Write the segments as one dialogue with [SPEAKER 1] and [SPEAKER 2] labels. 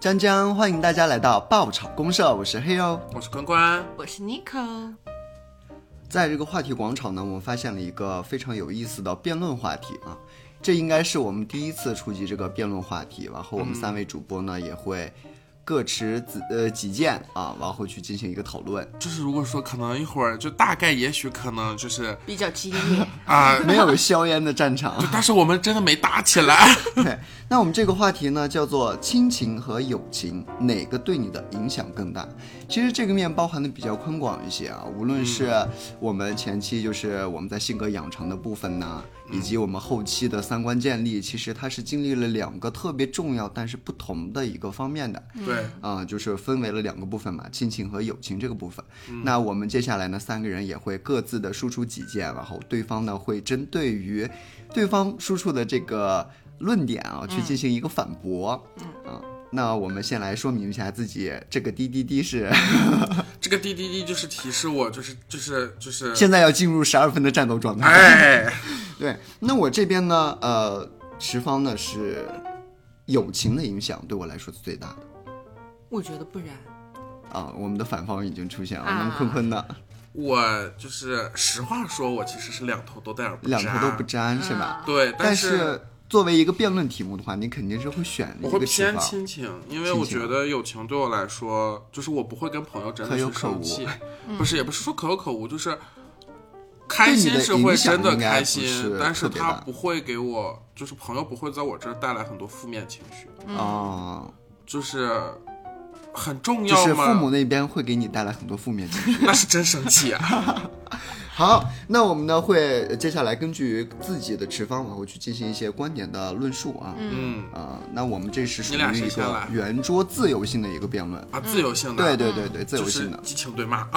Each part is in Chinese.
[SPEAKER 1] 江江，欢迎大家来到爆炒公社，我是黑哦。
[SPEAKER 2] 我是关关，
[SPEAKER 3] 我是 Nico，
[SPEAKER 1] 在这个话题广场呢，我们发现了一个非常有意思的辩论话题啊，这应该是我们第一次触及这个辩论话题，然后我们三位主播呢、也会各持自呃己见啊，然后去进行一个讨论。
[SPEAKER 2] 就是如果说可能一会儿就大概也许可能就是
[SPEAKER 3] 比较激烈，
[SPEAKER 2] 啊、
[SPEAKER 1] 没有硝烟的战场。啊
[SPEAKER 2] 但是我们真的没打起来，
[SPEAKER 1] 对，那我们这个话题呢，叫做亲情和友情哪个对你的影响更大？其实这个面包含的比较宽广一些啊，无论是我们前期就是我们在性格养成的部分呐、以及我们后期的三观建立，其实它是经历了两个特别重要但是不同的一个方面的。
[SPEAKER 2] 对，
[SPEAKER 1] 啊、就是分为了两个部分嘛，亲情和友情这个部分。那我们接下来呢，三个人也会各自的输出己见，然后对方呢会针对于对方输出的这个论点啊，去进行一个反驳。嗯那我们先来说明一下自己这个滴滴滴是
[SPEAKER 2] 这个滴滴滴就是提示我，就是就是就是，
[SPEAKER 1] 现在要进入十二分的战斗状态。
[SPEAKER 2] 哎，
[SPEAKER 1] 对，那我这边呢，呃，持方呢是友情的影响对我来说是最大的。
[SPEAKER 3] 我觉得不然，
[SPEAKER 1] 啊，我们的反方已经出现了，那么
[SPEAKER 3] 啊
[SPEAKER 1] 坤坤呢，
[SPEAKER 2] 我就是实话说，我其实是两头都带点不
[SPEAKER 1] 两头都不
[SPEAKER 2] 沾
[SPEAKER 1] 沾是吧？
[SPEAKER 2] 对，
[SPEAKER 1] 但
[SPEAKER 2] 是
[SPEAKER 1] 是作为一个辩论题目的话，你肯定是会选一
[SPEAKER 2] 我会
[SPEAKER 1] 个情
[SPEAKER 2] 偏
[SPEAKER 1] 况。
[SPEAKER 2] 亲情，因为我
[SPEAKER 1] 亲情
[SPEAKER 2] 觉得友情对我来说，就是我不会跟朋友真的
[SPEAKER 1] 可有
[SPEAKER 2] 去
[SPEAKER 1] 可
[SPEAKER 2] 生
[SPEAKER 1] 无
[SPEAKER 2] 气，不是也不是说可有可无，就是开
[SPEAKER 1] 你
[SPEAKER 2] 心
[SPEAKER 1] 的
[SPEAKER 2] 是
[SPEAKER 1] 影
[SPEAKER 2] 会
[SPEAKER 1] 响
[SPEAKER 2] 真的
[SPEAKER 1] 应该
[SPEAKER 2] 开
[SPEAKER 1] 不是
[SPEAKER 2] 心，但
[SPEAKER 1] 特
[SPEAKER 2] 是
[SPEAKER 1] 别
[SPEAKER 2] 他
[SPEAKER 1] 大
[SPEAKER 2] 不会给我，就是朋友不会在我这儿带来很多负面情绪，
[SPEAKER 1] 哦，
[SPEAKER 2] 就是很重
[SPEAKER 1] 就
[SPEAKER 2] 嗯要
[SPEAKER 1] 是父
[SPEAKER 2] 吗？
[SPEAKER 1] 母那边会给你带来很多负面情绪。
[SPEAKER 2] 那是真生气啊！
[SPEAKER 1] 好，那我们呢会呃接下来根据自己的持方，然后去进行一些观点的论述啊。嗯。
[SPEAKER 2] 嗯
[SPEAKER 1] 啊、那我们这是属
[SPEAKER 2] 你俩
[SPEAKER 1] 于
[SPEAKER 2] 谁
[SPEAKER 1] 一
[SPEAKER 2] 先
[SPEAKER 1] 个
[SPEAKER 2] 来
[SPEAKER 1] 圆桌自由性的一个辩论。
[SPEAKER 2] 啊，自由性的，
[SPEAKER 1] 对对对对，自由
[SPEAKER 2] 就是
[SPEAKER 1] 性的。
[SPEAKER 2] 激情对骂，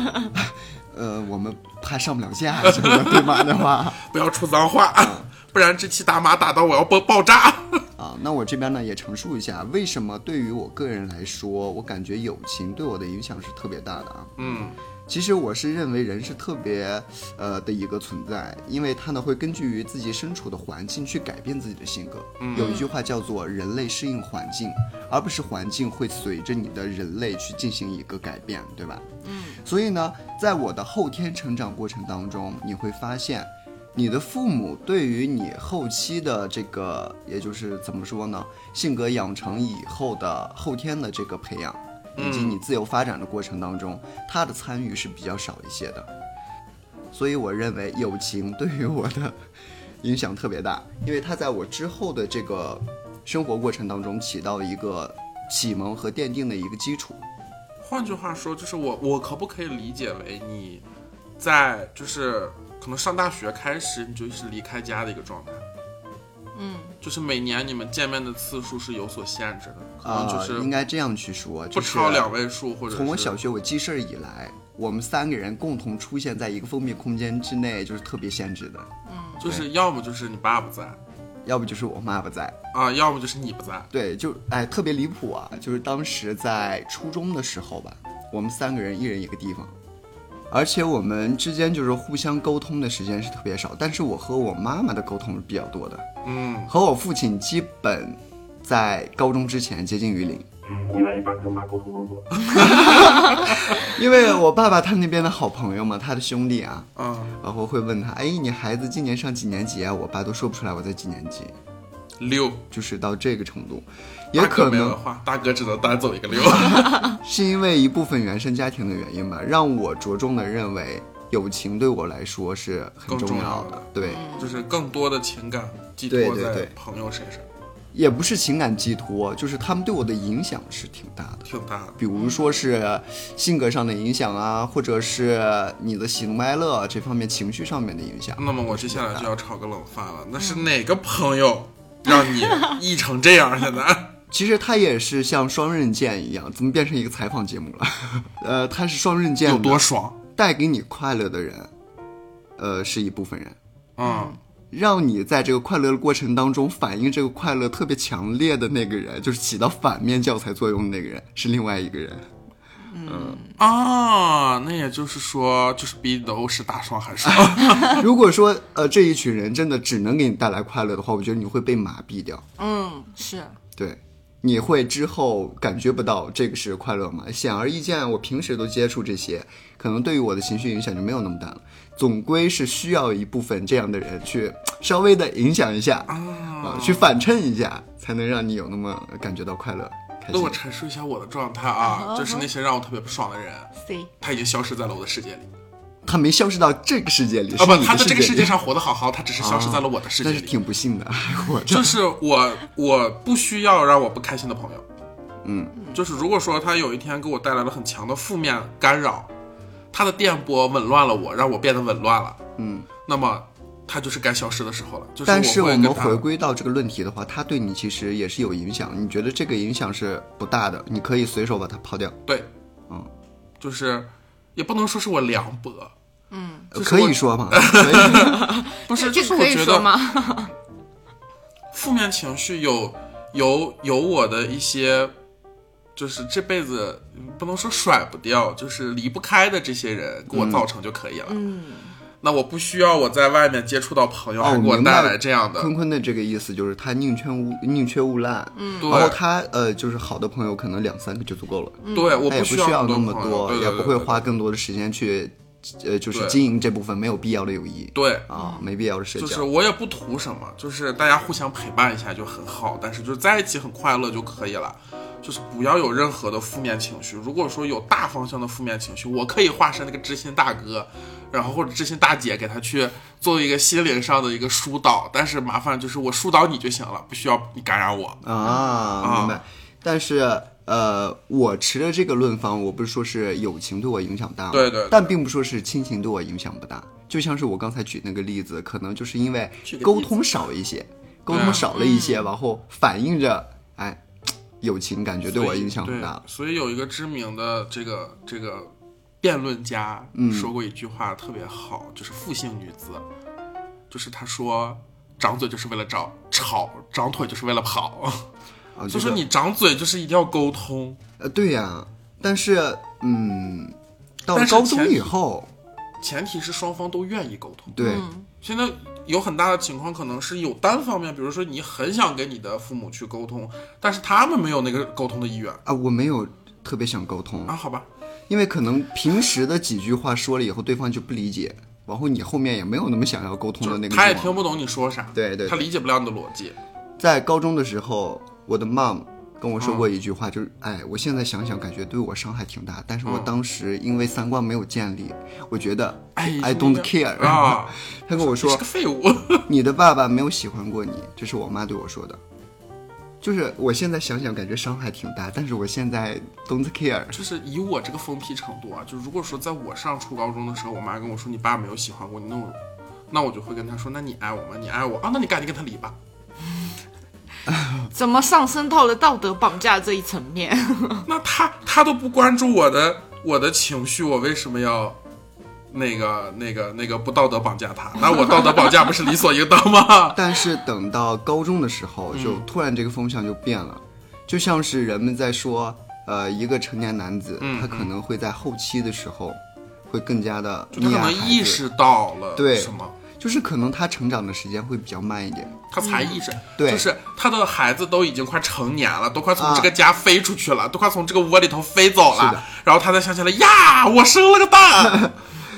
[SPEAKER 1] 呃，我们怕上不了架，这个 对骂的话。
[SPEAKER 2] 不要出脏话， 不然这期打码打到我要爆爆炸。
[SPEAKER 1] 啊，那我这边呢也陈述一下，为什么对于我个人来说，我感觉友情对我的影响是特别大的啊。
[SPEAKER 2] 嗯，
[SPEAKER 1] 其实我是认为人是特别呃的一个存在，因为他呢会根据于自己身处的环境去改变自己的性格。有一句话叫做“人类适应环境”，而不是环境会随着你的人类去进行一个改变，对吧？嗯。所以呢，在我的后天成长过程当中，你会发现。你的父母对于你后期的这个，也就是怎么说呢，性格养成以后的后天的这个培养，以
[SPEAKER 2] 嗯
[SPEAKER 1] 及你自由发展的过程当中，他的参与是比较少一些的。所以我认为友情对于我的 影响特别大，因为它在我之后的这个生活过程当中起到了一个启蒙和奠定的一个基础。
[SPEAKER 2] 换句话说，就是我我可不可以理解为你在就是可能上大学开始你就是离开家的一个状态？
[SPEAKER 3] 嗯，
[SPEAKER 2] 就是每年你们见面的次数是有所限制的，可能
[SPEAKER 1] 啊，
[SPEAKER 2] 就是
[SPEAKER 1] 应该这样去说，
[SPEAKER 2] 不
[SPEAKER 1] 就是
[SPEAKER 2] 超两位数，或者
[SPEAKER 1] 从我
[SPEAKER 2] 是
[SPEAKER 1] 小学我记事儿以来，我们三个人共同出现在一个封闭空间之内，就是特别限制的。
[SPEAKER 2] 就是要么就是你爸不在
[SPEAKER 1] 要不就是我妈不在，
[SPEAKER 2] 啊，要么就是你不在。
[SPEAKER 1] 对，就哎特别离谱啊！就是当时在初中的时候吧，我们三个人一人一个地方，而且我们之间就是互相沟通的时间是特别少，但是我和我妈妈的沟通是比较多的，
[SPEAKER 2] 嗯，
[SPEAKER 1] 和我父亲基本在高中之前接近于零。
[SPEAKER 4] 你愿意把跟妈沟通工作？
[SPEAKER 1] 因为我爸爸他那边的好朋友嘛，他的兄弟啊，
[SPEAKER 2] 啊，
[SPEAKER 1] 然后会问他，哎，你孩子今年上几年级啊？我爸都说不出来我在几年级，
[SPEAKER 2] 六，
[SPEAKER 1] 就是到这个程度，也
[SPEAKER 2] 大哥
[SPEAKER 1] 可
[SPEAKER 2] 没
[SPEAKER 1] 能
[SPEAKER 2] 文化，大哥只能单走一个 六。
[SPEAKER 1] 是因为一部分原生家庭的原因吧，让我着重的认为友情对我来说是很
[SPEAKER 2] 更
[SPEAKER 1] 重
[SPEAKER 2] 重
[SPEAKER 1] 要
[SPEAKER 2] 要
[SPEAKER 1] 的
[SPEAKER 2] 的，
[SPEAKER 1] 对，
[SPEAKER 2] 就是更多的情感寄
[SPEAKER 1] 对
[SPEAKER 2] 托
[SPEAKER 1] 对
[SPEAKER 2] 在
[SPEAKER 1] 对
[SPEAKER 2] 朋友身上，
[SPEAKER 1] 也不是情感寄托，就是他们对我的影响是挺大的。
[SPEAKER 2] 挺大的。
[SPEAKER 1] 比如说是性格上的影响啊，或者是你的喜怒哀乐啊这方面情绪上面的影响。
[SPEAKER 2] 那么我接下来就要炒个冷饭了，那是哪个朋友让你异成这样？现在
[SPEAKER 1] 其实它也是像双刃剑一样，怎么变成一个采访节目了？ 呃，它是双刃剑的，
[SPEAKER 2] 有多爽？
[SPEAKER 1] 带给你快乐的人，呃，是一部分人。
[SPEAKER 2] 嗯，
[SPEAKER 1] 让你在这个快乐的过程当中反映这个快乐特别强烈的那个人，就是起到反面教材作用的那个人是另外一个人。
[SPEAKER 2] 啊，那也就是说，就是比你的欧式大爽还爽。
[SPEAKER 1] 如果说呃这一群人真的只能给你带来快乐的话，我觉得你会被麻痹掉。
[SPEAKER 3] 嗯，是，
[SPEAKER 1] 对，你会之后感觉不到这个是快乐吗？显而易见，我平时都接触这些，可能对于我的情绪影响就没有那么大了。总归是需要一部分这样的人去稍微的影响一下啊、去反衬一下，才能让你有那么感觉到快乐。开
[SPEAKER 2] 那
[SPEAKER 1] 心
[SPEAKER 2] 我陈述一下我的状态啊，就是那些让我特别不爽的人，
[SPEAKER 3] C
[SPEAKER 2] 他已经消失在了我的世界里
[SPEAKER 1] 他没消失到这个世界里，
[SPEAKER 2] 啊，不
[SPEAKER 1] 是，你
[SPEAKER 2] 他在这个世
[SPEAKER 1] 里
[SPEAKER 2] 界上活得好好，他只是消失在了我的世界
[SPEAKER 1] 但是
[SPEAKER 2] 里。
[SPEAKER 1] 挺不幸的，还活着。
[SPEAKER 2] 就是我，我不需要让我不开心的朋友。嗯，就是如果说他有一天给我带来了很强的负面干扰，他的电波紊乱了我，让我变得紊乱了。
[SPEAKER 1] 嗯，
[SPEAKER 2] 那么他就是该消失的时候了。就是
[SPEAKER 1] 但是
[SPEAKER 2] 我会
[SPEAKER 1] 我
[SPEAKER 2] 跟
[SPEAKER 1] 们
[SPEAKER 2] 他
[SPEAKER 1] 回归到这个论题的话，它对你其实也是有影响。你觉得这个影响是不大的，你可以随手把它抛掉，
[SPEAKER 2] 对，
[SPEAKER 1] 嗯，
[SPEAKER 2] 就是也不能说是我凉薄，就是
[SPEAKER 1] 可以
[SPEAKER 2] 我
[SPEAKER 1] 说嘛？可以，
[SPEAKER 2] 不是，就
[SPEAKER 3] 这
[SPEAKER 2] 是
[SPEAKER 3] 个
[SPEAKER 2] 我
[SPEAKER 3] 可以
[SPEAKER 2] 觉
[SPEAKER 3] 说
[SPEAKER 2] 得
[SPEAKER 3] 吗？
[SPEAKER 2] 负面情绪有有有我的一些，就是这辈子嗯不能说甩不掉，就是离不开的这些人给我造成就可以了。
[SPEAKER 3] 嗯，
[SPEAKER 2] 那我不需要我在外面接触到朋友，
[SPEAKER 1] 哦
[SPEAKER 2] 还给
[SPEAKER 1] 我
[SPEAKER 2] 我
[SPEAKER 1] 明白
[SPEAKER 2] 带
[SPEAKER 1] 了
[SPEAKER 2] 来这样的。
[SPEAKER 1] 坤坤的这个意思就是他宁缺毋宁缺毋滥，嗯，然后
[SPEAKER 2] 对
[SPEAKER 1] 他呃就是好的朋友可能两三个就足够了，
[SPEAKER 2] 对，我
[SPEAKER 1] 他也不
[SPEAKER 2] 需
[SPEAKER 1] 需要
[SPEAKER 2] 那
[SPEAKER 1] 那么
[SPEAKER 2] 朋友
[SPEAKER 1] 多，
[SPEAKER 2] 对对
[SPEAKER 1] 也
[SPEAKER 2] 对
[SPEAKER 1] 不会花更多的时间去呃就是
[SPEAKER 2] 对
[SPEAKER 1] 经营这部分没有必要的友谊
[SPEAKER 2] 对。对
[SPEAKER 1] 啊，没必要的社交。
[SPEAKER 2] 就是我也不图什么，就是大家互相陪伴一下就很好，但是就是在一起很快乐就可以了，就是不要有任何的负面情绪。如果说有大方向的负面情绪，我可以化身那个知心大哥，然后或者知心大姐给他去做一个心灵上的一个疏导，但是麻烦就是我疏导你就行了，不需要你感染我。
[SPEAKER 1] 啊，明白。但是呃，我持的这个论方，我不是说是友情对我影响大吗？
[SPEAKER 2] 对对对
[SPEAKER 1] 但并不说是亲情对我影响不大。就像是我刚才举那个例子，可能就是因为
[SPEAKER 2] 举个例子嗯
[SPEAKER 1] 沟通少一些，沟通少了一些，然后反映着哎，友情感觉对我影响很大。
[SPEAKER 2] 所以有一个知名的这个这个辩论家
[SPEAKER 1] 嗯
[SPEAKER 2] 说过一句话特别好，就是复姓女子，就是他说长嘴就是为了找吵，长腿就是为了跑。
[SPEAKER 1] 啊，
[SPEAKER 2] 就
[SPEAKER 1] 就是
[SPEAKER 2] 你长嘴就是一定要沟通，
[SPEAKER 1] 呃，对呀、但是嗯，到了
[SPEAKER 2] 但是
[SPEAKER 1] 高中
[SPEAKER 2] 前提
[SPEAKER 1] 以后，
[SPEAKER 2] 前提是双方都愿意沟通。
[SPEAKER 1] 对。
[SPEAKER 2] 现在有很大的情况可能是有单方面，比如说你很想跟你的父母去沟通，但是他们没有那个沟通的意愿
[SPEAKER 1] 啊，我没有特别想沟通
[SPEAKER 2] 啊，好吧，
[SPEAKER 1] 因为可能平时的几句话说了以后，对方就不理解，然后你后面也没有那么想要沟通
[SPEAKER 2] 就
[SPEAKER 1] 的
[SPEAKER 2] 是
[SPEAKER 1] 那个欲
[SPEAKER 2] 他也
[SPEAKER 1] 望。
[SPEAKER 2] 听不懂你说啥，
[SPEAKER 1] 对对
[SPEAKER 2] 他
[SPEAKER 1] 对
[SPEAKER 2] 理解不了你的逻 辑。
[SPEAKER 1] 在高中的时候，我的 mom 跟我说过一句话，就是哎，我现在想想感觉对我伤害挺大，但是我
[SPEAKER 2] 嗯
[SPEAKER 1] 当时因为三观没有建立，我觉得
[SPEAKER 2] 哎
[SPEAKER 1] I don't care
[SPEAKER 2] 啊，
[SPEAKER 1] 他跟我
[SPEAKER 2] 你
[SPEAKER 1] 说
[SPEAKER 2] 是个废物。
[SPEAKER 1] 你的爸爸没有喜欢过你，这是我妈对我说的。就是我现在想想感觉伤害挺大，但是我现在 don't care。？
[SPEAKER 2] 就是以我这个疯批程度啊，就如果说在我上初高中的时候，我妈跟我说你爸没有喜欢过你，那我那我就会跟她说，那你爱我吗？你爱我啊？那你赶紧跟他离吧。
[SPEAKER 3] 怎么上升到了道德绑架这一层面？
[SPEAKER 2] 那他他都不关注我的我的情绪，我为什么要那个那个那个不道德绑架他？那我道德绑架不是理所应当吗
[SPEAKER 1] 但是等到高中的时候，
[SPEAKER 2] 嗯
[SPEAKER 1] 就突然这个风向就变了，就像是人们在说，呃，一个成年男子，
[SPEAKER 2] 嗯
[SPEAKER 1] 他可能会在后期的时候，会更加的
[SPEAKER 2] 就他
[SPEAKER 1] 溺
[SPEAKER 2] 可
[SPEAKER 1] 爱
[SPEAKER 2] 能
[SPEAKER 1] 孩
[SPEAKER 2] 意
[SPEAKER 1] 子，
[SPEAKER 2] 识到了
[SPEAKER 1] 对
[SPEAKER 2] 什么，
[SPEAKER 1] 就是可能他成长的时间会比较慢一点。
[SPEAKER 2] 他才意识，
[SPEAKER 1] 嗯对
[SPEAKER 2] 就是他的孩子都已经快成年了，都快从
[SPEAKER 1] 啊
[SPEAKER 2] 这个家飞出去了，都快从这个窝里头飞走
[SPEAKER 1] 是的
[SPEAKER 2] 了，然后他才想起来呀，我生了个蛋，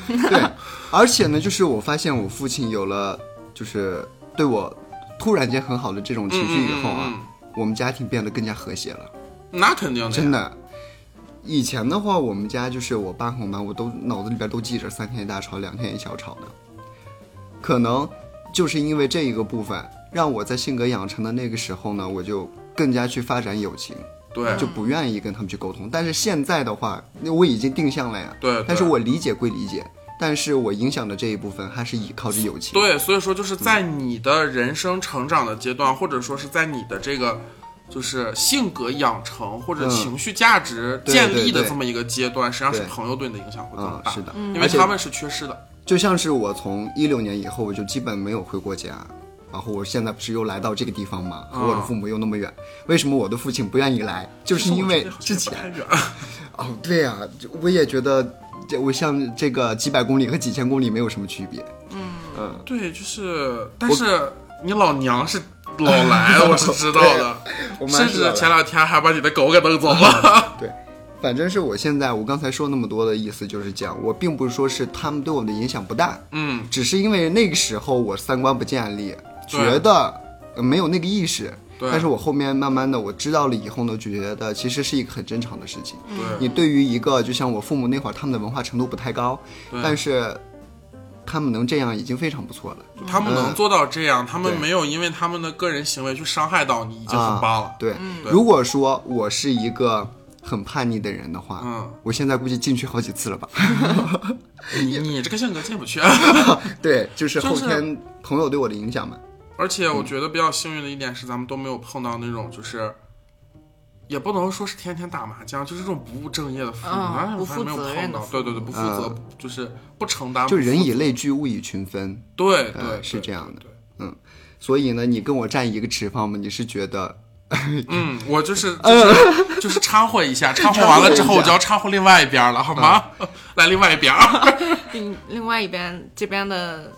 [SPEAKER 1] 对，而且呢，就是我发现我父亲有了，就是对我突然间很好的这种情绪以后啊，
[SPEAKER 2] 嗯嗯嗯
[SPEAKER 1] 我们家庭变得更加和谐了。
[SPEAKER 2] 那肯定的呀，
[SPEAKER 1] 真的。以前的话，我们家就是我爸和我妈，我都脑子里边都记着三天一大吵，两天一小吵的。可能就是因为这一个部分，让我在性格养成的那个时候呢，我就更加去发展友情，
[SPEAKER 2] 对，
[SPEAKER 1] 就不愿意跟他们去沟通。但是现在的话，那我已经定向了呀。
[SPEAKER 2] 对对
[SPEAKER 1] 但是我理解归理解，但是我影响的这一部分还是依靠着友情。。
[SPEAKER 2] 对，所以说就是在你的人生成长的阶段，或者说是在你的这个就是性格养成或者
[SPEAKER 1] 嗯
[SPEAKER 2] 情绪价值
[SPEAKER 1] 对
[SPEAKER 2] 建
[SPEAKER 1] 对
[SPEAKER 2] 立的
[SPEAKER 1] 对
[SPEAKER 2] 这么一个阶段，实际上是
[SPEAKER 1] 对
[SPEAKER 2] 朋友对你的影响会
[SPEAKER 1] 啊
[SPEAKER 2] 更大，
[SPEAKER 1] 是的
[SPEAKER 2] 因
[SPEAKER 1] 而
[SPEAKER 2] 为
[SPEAKER 1] 且
[SPEAKER 2] 他们是缺失的。
[SPEAKER 1] 就像是我从一六年以后，我就基本没有回过家，然后我现在不是又来到这个地方嘛，和我的
[SPEAKER 2] 嗯
[SPEAKER 1] 父母又那么远，为什么我的父亲不愿意来？就是因为之前
[SPEAKER 2] 其实我觉得好像也不太远
[SPEAKER 1] 哦，对呀、就我也觉得这我像这个几百公里和几千公里没有什么区别，
[SPEAKER 2] 对，就是但是你老娘是老来， 我是知道的。
[SPEAKER 1] 我妈
[SPEAKER 2] 甚
[SPEAKER 1] 知道
[SPEAKER 2] 至
[SPEAKER 1] 了
[SPEAKER 2] 前两天还把你的狗给弄走 了。嗯
[SPEAKER 1] 对，反正是我现在我刚才说那么多的意思就是这样，我并不是说是他们对我的影响不大，
[SPEAKER 2] 嗯，
[SPEAKER 1] 只是因为那个时候我三观不建立，
[SPEAKER 2] 对
[SPEAKER 1] 觉得呃没有那个意识。
[SPEAKER 2] 对
[SPEAKER 1] 但是我后面慢慢的我知道了以后呢，觉得其实是一个很正常的事情。
[SPEAKER 2] 对
[SPEAKER 1] 你对于一个就像我父母那会儿他们的文化程度不太高，
[SPEAKER 2] 对
[SPEAKER 1] 但是他们能这样已经非常不错了，
[SPEAKER 2] 就他们能做到这样，他们
[SPEAKER 1] 嗯对
[SPEAKER 2] 没有因为他们的个人行为去伤害到你，已经很棒了嗯
[SPEAKER 1] 啊。。对，
[SPEAKER 2] 对
[SPEAKER 1] 如果说我是一个很叛逆的人的话，
[SPEAKER 2] 嗯，
[SPEAKER 1] 我现在估计进去好几次了吧。
[SPEAKER 2] 你你这个性格进不去。啊
[SPEAKER 1] 对，就是
[SPEAKER 2] 就
[SPEAKER 1] 后
[SPEAKER 2] 是
[SPEAKER 1] 天朋友对我的影响嘛。
[SPEAKER 2] 而且
[SPEAKER 1] 嗯
[SPEAKER 2] 我觉得比较幸运的一点是，咱们都没有碰到那种就是，也不能说是天天打麻将，就是这种不务正业的父母，
[SPEAKER 3] 嗯
[SPEAKER 2] 哎
[SPEAKER 3] 不
[SPEAKER 2] 反正没有
[SPEAKER 3] 负责
[SPEAKER 2] 碰
[SPEAKER 3] 任的
[SPEAKER 2] 到。
[SPEAKER 3] 父
[SPEAKER 2] 对对对，不负责，就是不承担。
[SPEAKER 1] 嗯就
[SPEAKER 2] 不负
[SPEAKER 1] 人以类聚，物以群分。
[SPEAKER 2] 对对、
[SPEAKER 1] 呃
[SPEAKER 2] 对
[SPEAKER 1] 是这样的嗯
[SPEAKER 2] 对对
[SPEAKER 1] 所以呢，你跟我站一个池方嘛，你是觉得
[SPEAKER 2] 嗯，我就是就是就是掺和一下，掺和完了之后，我就要掺和另外一边了，好吗？
[SPEAKER 1] 嗯
[SPEAKER 2] 来另外一边，啊
[SPEAKER 3] 另另外一边这边的，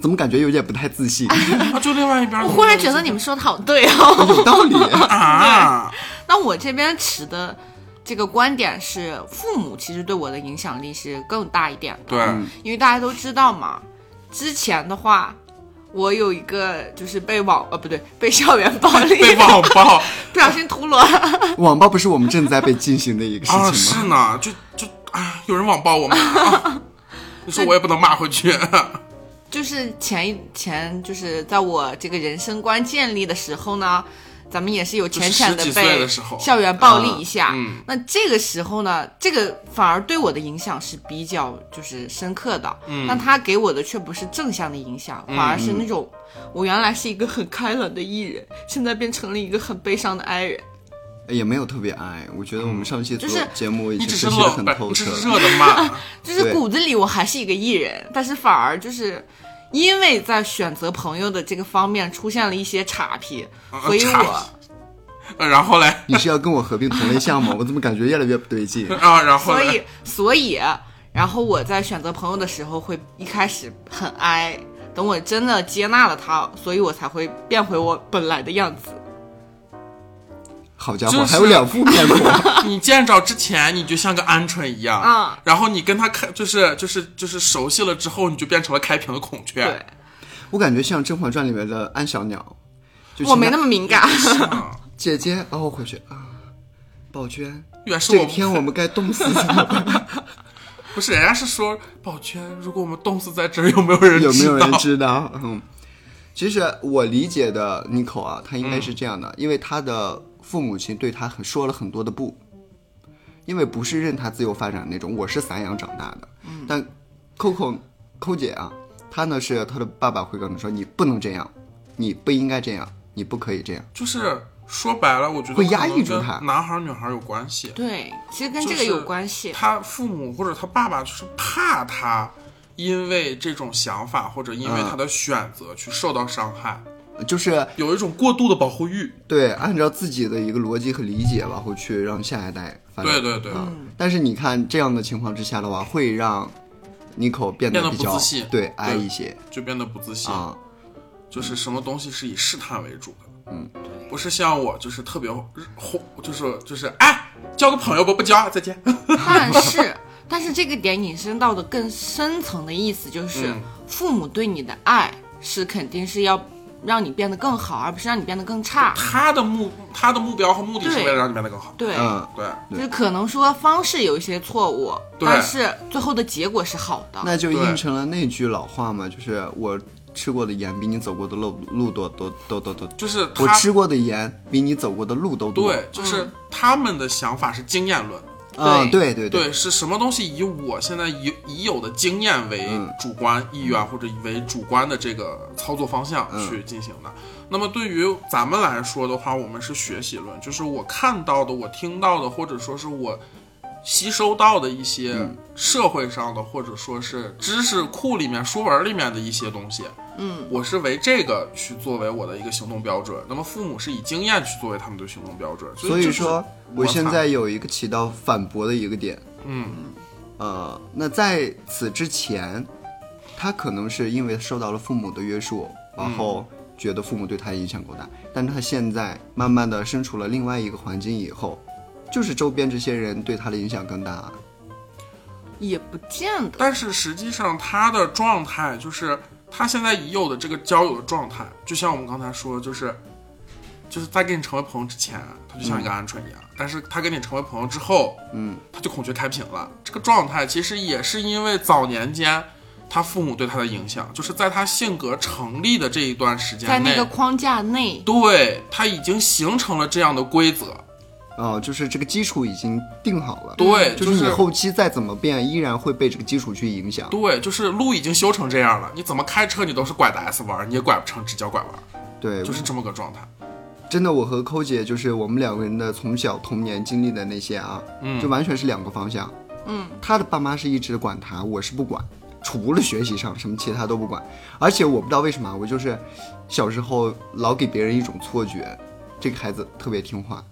[SPEAKER 1] 怎么感觉有点不太自 信？
[SPEAKER 2] 啊，就另外一边。
[SPEAKER 3] 我忽然觉得你们说的好对哦。
[SPEAKER 1] 有道理。
[SPEAKER 2] 啊，
[SPEAKER 3] 那我这边持的这个观点是，父母其实对我的影响力是更大一点的。
[SPEAKER 2] 对，
[SPEAKER 1] 嗯
[SPEAKER 3] 因为大家都知道嘛，之前的话，我有一个就是被网呃不对被校园暴力
[SPEAKER 2] 被网暴
[SPEAKER 3] 不小心涂了，
[SPEAKER 1] 网暴不是我们正在被进行的一个事
[SPEAKER 2] 啊，
[SPEAKER 1] 情吗？
[SPEAKER 2] 是呢，就就啊，有人网暴我们，啊 你说我也不能骂 回去，
[SPEAKER 3] 就是前一前就是在我这个人生观建立的时候呢，咱们也是有浅浅地
[SPEAKER 2] 就是十几岁
[SPEAKER 3] 被
[SPEAKER 2] 的时候
[SPEAKER 3] 校园暴力一下。
[SPEAKER 2] 嗯
[SPEAKER 3] 那这个时候呢，这个反而对我的影响是比较就是深刻的。嗯但他给我的却不是正向的影响，
[SPEAKER 2] 嗯
[SPEAKER 3] 反而是那种、我原来是一个很开朗的艺人，现在变成了一个很悲伤的哀人。
[SPEAKER 1] 也没有特别爱，我觉得我
[SPEAKER 2] 嗯
[SPEAKER 1] 们上期做
[SPEAKER 3] 就是
[SPEAKER 1] 节目已
[SPEAKER 2] 你
[SPEAKER 1] 经
[SPEAKER 2] 只
[SPEAKER 1] 分析的
[SPEAKER 2] 冷
[SPEAKER 1] 很
[SPEAKER 2] 的，
[SPEAKER 1] 透
[SPEAKER 2] 你只
[SPEAKER 1] 彻
[SPEAKER 2] 是
[SPEAKER 1] 了。
[SPEAKER 2] 热的骂，
[SPEAKER 3] 就是
[SPEAKER 1] 对
[SPEAKER 3] 骨子里我还是一个艺人，但是反而就是因为在选择朋友的这个方面出现了一些差评，所以
[SPEAKER 2] 啊差
[SPEAKER 3] 我
[SPEAKER 2] 呃然后嘞
[SPEAKER 1] 你是要跟我合并同类项吗？我怎么感觉越来越不对劲？
[SPEAKER 2] 啊，然后
[SPEAKER 3] 所
[SPEAKER 2] 嘞
[SPEAKER 3] 以所以然后我在选择朋友的时候会一开始很哀，等我真的接纳了他，所以我才会变回我本来的样子。
[SPEAKER 1] 好家伙，
[SPEAKER 2] 就是
[SPEAKER 1] 还有两副面孔，
[SPEAKER 2] 你见着之前你就像个鹌鹑一样，
[SPEAKER 3] 嗯
[SPEAKER 2] 然后你跟他开就是就是就是熟悉了之后，你就变成了开屏的孔雀，
[SPEAKER 3] 对，
[SPEAKER 1] 我感觉像《甄嬛传》里面的安小鸟。就是
[SPEAKER 3] 我没那么敏感。
[SPEAKER 2] 啊
[SPEAKER 1] 姐姐，哦，我回去啊，宝娟，
[SPEAKER 2] 原是
[SPEAKER 1] 这
[SPEAKER 2] 我
[SPEAKER 1] 一天我们该冻死怎么办？
[SPEAKER 2] 不是，人家是说宝娟，如果我们冻死在这儿，有没有人
[SPEAKER 1] 有没有
[SPEAKER 2] 道
[SPEAKER 1] 人知道？嗯，其实我理解的 n i c o 啊，他应该是这样的，
[SPEAKER 2] 嗯
[SPEAKER 1] 因为他的父母亲对他很说了很多的不，因为不是任他自由发展那种，我是散养长大的。
[SPEAKER 2] 嗯
[SPEAKER 1] 但 Coco 扣姐啊，她呢是她的爸爸会跟她说，你不能这样，你不应该这样，你不可以这样。
[SPEAKER 2] 就是说白了，我觉得
[SPEAKER 1] 会压抑
[SPEAKER 2] 可能
[SPEAKER 1] 住他
[SPEAKER 2] 跟男孩儿女孩儿有关系。
[SPEAKER 3] 对，其实跟这
[SPEAKER 2] 就
[SPEAKER 3] 个
[SPEAKER 2] 是
[SPEAKER 3] 有关 系。
[SPEAKER 2] 他父母或者他爸爸就是怕他因为这种想法或者因
[SPEAKER 1] 嗯
[SPEAKER 2] 为他的选择去受到伤害，
[SPEAKER 1] 就是
[SPEAKER 2] 有一种过度的保护欲。
[SPEAKER 1] 对，按照自己的一个逻辑和理解吧，会去让下一代发展。
[SPEAKER 2] 对对对，
[SPEAKER 1] 但是你看这样的情况之下的话，会让 n i c o 变
[SPEAKER 2] 变得
[SPEAKER 1] 比
[SPEAKER 2] 不
[SPEAKER 1] 较
[SPEAKER 2] 自信
[SPEAKER 1] 对矮一些
[SPEAKER 2] 就变得不自信，
[SPEAKER 1] 啊。
[SPEAKER 2] 就是什么东西是以试探为主的。嗯，不是像我就是特别轰，就是就是哎，交个朋友吧，不交，再见。
[SPEAKER 3] 但是，但是这个点引申到的更深层的意思就是，
[SPEAKER 2] 嗯
[SPEAKER 3] 父母对你的爱是肯定是要让你变得更好，而不是让你变得更差。
[SPEAKER 2] 他的目他的目标和目的是
[SPEAKER 3] 对
[SPEAKER 2] 为了让你变得更好。
[SPEAKER 3] 对，
[SPEAKER 1] 嗯，
[SPEAKER 2] 对，啊
[SPEAKER 3] 就是可能说方式有一些错误，
[SPEAKER 2] 对
[SPEAKER 3] 但是最后的结果是好的。
[SPEAKER 1] 那就
[SPEAKER 2] 对
[SPEAKER 1] 印成了那句老话嘛，就是我吃过的盐比你走过的路路多多多多多，
[SPEAKER 2] 就是
[SPEAKER 1] 我
[SPEAKER 2] 他
[SPEAKER 1] 吃过的盐比你走过的路都多。
[SPEAKER 2] 对，就是他们的想法是经验论。
[SPEAKER 1] 嗯，对对
[SPEAKER 2] 对，是什么东西以我现在已已有的经验为
[SPEAKER 1] 嗯
[SPEAKER 2] 主观、意愿或者为主观的这个操作方向
[SPEAKER 1] 嗯
[SPEAKER 2] 去进行的。那么对于咱们来说的话，我们是学习论，就是我看到的、我听到的，或者说是我吸收到的一些
[SPEAKER 1] 嗯
[SPEAKER 2] 社会上的，或者说是知识库里面、书文里面的一些东西。嗯，我是为这个去作为我的一个行动标准。那么父母是以经验去作为他们的行动标准，
[SPEAKER 1] 所以
[SPEAKER 2] 这是
[SPEAKER 1] 说我
[SPEAKER 2] 摩擦
[SPEAKER 1] 现在有一个起到反驳的一个点。
[SPEAKER 2] 嗯，
[SPEAKER 1] 呃，那在
[SPEAKER 2] 嗯
[SPEAKER 1] 此之前，他可能是因为受到了父母的约束，然后觉得父母对他影响够大，但他现在慢慢的身处了另外一个环境以后，就是周边这些人对他的影响更大啊。
[SPEAKER 3] 也不见得。
[SPEAKER 2] 但是实际上他的状态就是他现在已有的这个交友的状态，就像我们刚才说，就是就是在跟你成为朋友之前，他就像一个鹌
[SPEAKER 3] 嗯
[SPEAKER 2] 鹑一样，但是他跟你成为朋友之后，
[SPEAKER 1] 嗯，
[SPEAKER 2] 他就孔雀开屏了。这个状态其实也是因为早年间。他父母对他的影响，就是在他性格成立的这一段时间
[SPEAKER 3] 在
[SPEAKER 2] 内，
[SPEAKER 3] 那个框架内，
[SPEAKER 2] 对他已经形成了这样的规则。
[SPEAKER 1] 哦，就是这个基础已经定好了，
[SPEAKER 2] 对，
[SPEAKER 1] 就是你后期再怎么变，依然会被这个基础去影响。
[SPEAKER 2] 对，就是路已经修成这样了，你怎么开车你都是拐的 S 弯，你也拐不成直角拐弯，
[SPEAKER 1] 对，
[SPEAKER 2] 就是这么个状态。
[SPEAKER 1] 真的，我和寇姐就是我们两个人的从小童年经历的那些啊，
[SPEAKER 2] 嗯
[SPEAKER 1] 就完全是两个方向。
[SPEAKER 3] 嗯，
[SPEAKER 1] 他的爸妈是一直管他，我是不管，除了学习上什么其他都不管。而且我不知道为什么啊，我就是小时候老给别人一种错觉，这个孩子特别听话，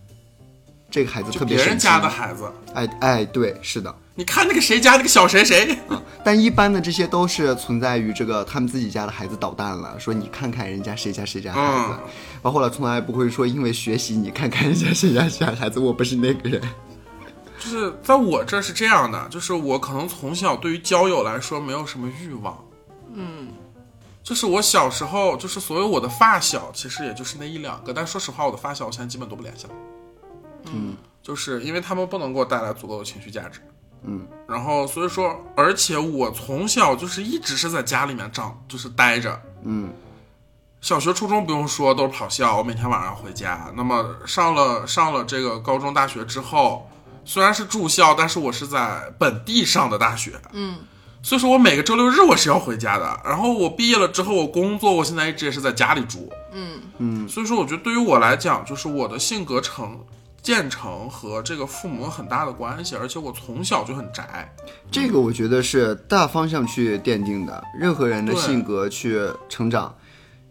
[SPEAKER 1] 这个孩子
[SPEAKER 2] 就
[SPEAKER 1] 特别
[SPEAKER 2] 别人
[SPEAKER 1] 神
[SPEAKER 2] 家
[SPEAKER 1] 经
[SPEAKER 2] 的孩子，
[SPEAKER 1] 哎哎，对，是的。
[SPEAKER 2] 你看那个谁家那个小谁谁，
[SPEAKER 1] 但一般的这些都是存在于这个他们自己家的孩子捣蛋了，说你看看人家谁家谁家孩子，
[SPEAKER 2] 嗯
[SPEAKER 1] 然后后来从来不会说因为学习你看看人家谁家谁家孩子，我不是那个人。
[SPEAKER 2] 就是在我这是这样的，就是我可能从小对于交友来说没有什么欲望，嗯，就是我小时候就是所有我的发小其实也就是那一两个，但说实话我的发小我现在基本都不联系了，
[SPEAKER 1] 嗯，
[SPEAKER 2] 就是因为他们不能给我带来足够的情绪价值，
[SPEAKER 1] 嗯，
[SPEAKER 2] 然后所以说，而且我从小就是一直是在家里面长，就是待着，
[SPEAKER 1] 嗯
[SPEAKER 2] 小学、初中不用说，都是跑校，我每天晚上回家。那么上了上了这个高中、大学之后，虽然是住校，但是我是在本地上的大学，
[SPEAKER 3] 嗯，
[SPEAKER 2] 所以说我每个周六日我是要回家的。然后我毕业了之后，我工作，我现在一直也是在家里住，
[SPEAKER 1] 嗯
[SPEAKER 2] 所以说我觉得对于我来讲，就是我的性格成建成和这个父母有很大的关系，而且我从小就很宅，
[SPEAKER 1] 这个我觉得是大方向去奠定的，任何人的
[SPEAKER 2] 对
[SPEAKER 1] 性格去成长，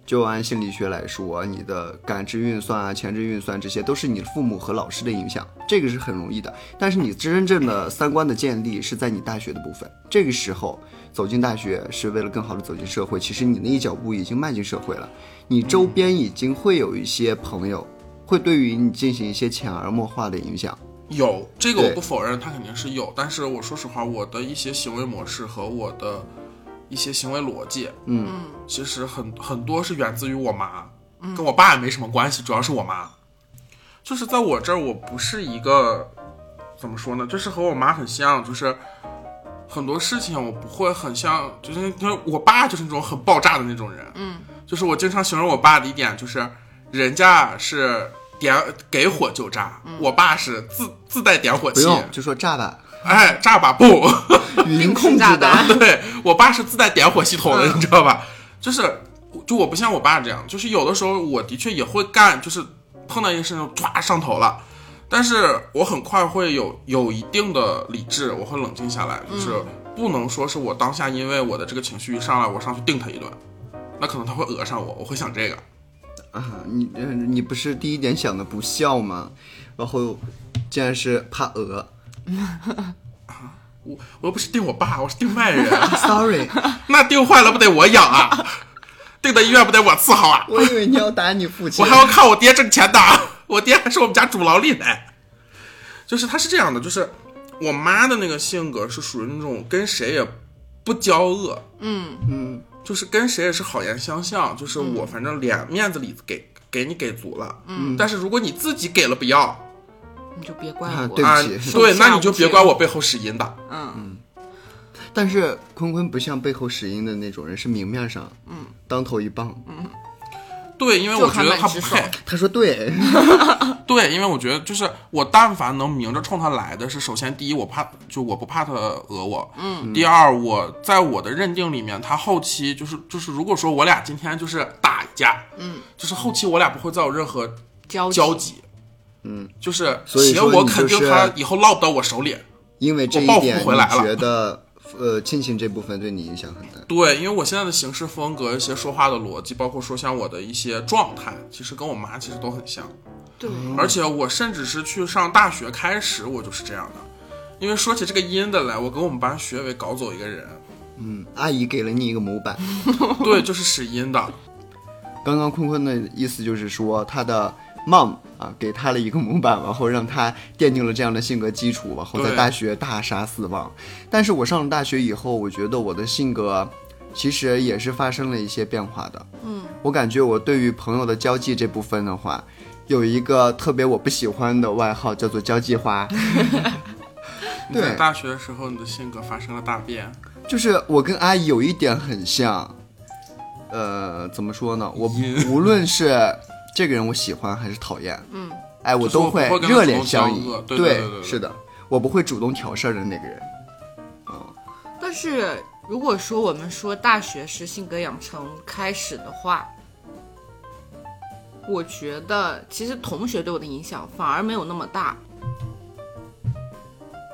[SPEAKER 1] 就按心理学来说，你的感知运算啊、前置运算，这些都是你的父母和老师的影响，这个是很容易的。但是你真正的三观的建立是在你大学的部分，这个时候走进大学是为了更好的走进社会，其实你那一脚步已经迈进社会了，你周边已经会有一些朋友，会对于你进行一些潜移默化的影响。
[SPEAKER 2] 有这个我
[SPEAKER 1] 对
[SPEAKER 2] 不否认，他肯定是有，但是我说实话，我的一些行为模式和我的一些行为逻辑，
[SPEAKER 1] 嗯
[SPEAKER 2] 其实很很多是源自于我妈，跟我爸也没什么关系，主要是我妈。就是在我这儿，我不是一个怎么说呢，就是和我妈很像，就是很多事情我不会很像，就是因为我爸就是那种很爆炸的那种人，嗯，就是我经常形容我爸的一点就是，人家是点给火就炸，我爸是自自带点火
[SPEAKER 1] 不
[SPEAKER 2] 器，
[SPEAKER 1] 用就说炸吧，
[SPEAKER 2] 哎，炸吧不。
[SPEAKER 1] 语音控制
[SPEAKER 3] 炸
[SPEAKER 1] 的。
[SPEAKER 3] 弹，
[SPEAKER 2] 对我爸是自带点火系统的，你知道吧？就是就我不像我爸这样，就是有的时候我的确也会干，就是碰到一个事情就唰上头了，但是我很快会有有一定的理智，我会冷静下来，就是不能说是我当下因为我的这个情绪一上来，我上去定他一顿，那可能他会讹上我，我会想这个。
[SPEAKER 1] 啊，你呃你不是第一点想的不孝吗？然后竟然是怕鹅
[SPEAKER 2] 我我又不是定我爸，我是定外人，
[SPEAKER 1] ，sorry，
[SPEAKER 2] 那定坏了不得我养啊？ 定到医院不得我伺候啊？
[SPEAKER 1] 我以为你要打你父亲。
[SPEAKER 2] 我还要靠我爹挣钱的，啊我爹还是我们家主劳力呢。就是他是这样的，就是我妈的那个性格是属于那种跟谁也不交恶，
[SPEAKER 3] 嗯，
[SPEAKER 1] 嗯
[SPEAKER 2] 就是跟谁也是好言相向，就是我反正脸面子里子给给你给足了，
[SPEAKER 1] 嗯
[SPEAKER 2] 但是如果你自己给了不要
[SPEAKER 3] 你就别怪
[SPEAKER 1] 啊
[SPEAKER 3] 我。
[SPEAKER 1] 对
[SPEAKER 2] 啊、
[SPEAKER 1] 不起
[SPEAKER 2] 对，
[SPEAKER 3] 手下
[SPEAKER 2] 那你就
[SPEAKER 3] 无
[SPEAKER 2] 别
[SPEAKER 3] 情
[SPEAKER 2] 怪我背后使阴的。
[SPEAKER 3] 嗯，
[SPEAKER 1] 但是坤坤不像背后使阴的那种人，是明面上，嗯，当头一棒。
[SPEAKER 2] 嗯对，因为
[SPEAKER 3] 就
[SPEAKER 2] 我觉
[SPEAKER 3] 还
[SPEAKER 2] 得
[SPEAKER 3] 蛮
[SPEAKER 2] 他
[SPEAKER 3] 直
[SPEAKER 2] 不
[SPEAKER 3] 爽
[SPEAKER 2] 配。
[SPEAKER 1] 他说 对，
[SPEAKER 2] 对，因为我觉得就是我但凡能明着冲他来的是，首先第一我怕就我不怕他讹我，嗯，第二我在我的认定里面，他后期就是就是如果说我俩今天就是打一架，嗯，就是后期我俩不会再有任何
[SPEAKER 3] 交
[SPEAKER 2] 交
[SPEAKER 3] 集
[SPEAKER 2] 集，嗯，就是
[SPEAKER 1] 所以
[SPEAKER 2] 且
[SPEAKER 1] 说
[SPEAKER 2] 我
[SPEAKER 1] 你
[SPEAKER 2] 肯
[SPEAKER 1] 就
[SPEAKER 2] 定
[SPEAKER 1] 是
[SPEAKER 2] 他以后落不到我手里。
[SPEAKER 1] 因为这一
[SPEAKER 2] 我报复
[SPEAKER 1] 点，
[SPEAKER 2] 回来了
[SPEAKER 1] 你觉得呃亲情这部分对你影响很大。
[SPEAKER 2] 对，因为我现在的行事风格、一些说话的逻辑，包括说像我的一些状态，其实跟我妈其实都很像。
[SPEAKER 3] 对，
[SPEAKER 2] 而且我甚至是去上大学开始，我就是这样的。因为说起这个阴的来，我跟我们班学委搞 走一个人，
[SPEAKER 1] 嗯，阿姨给了你一个模板，
[SPEAKER 2] 对，就是使阴的。
[SPEAKER 1] 刚刚坤坤的意思就是说，他的 mom 啊给他了一个模板，然后让他奠定了这样的性格基础，然后在
[SPEAKER 2] 对
[SPEAKER 1] 大学大杀四方。但是我上了大学以后，我觉得我的性格其实也是发生了一些变化的。嗯，我感觉我对于朋友的交际这部分的话，有一个特别我不喜欢的外号叫做交际花。
[SPEAKER 2] 你
[SPEAKER 1] 对
[SPEAKER 2] 在大学的时候，你的性格发生了大变，
[SPEAKER 1] 就是我跟阿姨有一点很像，呃，怎么说呢？我
[SPEAKER 2] 阴
[SPEAKER 1] 无论是这个人我喜欢还是讨厌，嗯，哎，我
[SPEAKER 2] 就是
[SPEAKER 1] 都
[SPEAKER 2] 我不会跟他
[SPEAKER 1] 热脸相
[SPEAKER 2] 主动交
[SPEAKER 1] 迎
[SPEAKER 2] 恶。对对对对对
[SPEAKER 1] 是的，我不会主动挑事儿的那个人。
[SPEAKER 3] 但是如果说我们说大学是性格养成开始的话，我觉得其实同学对我的影响反而没有那么大。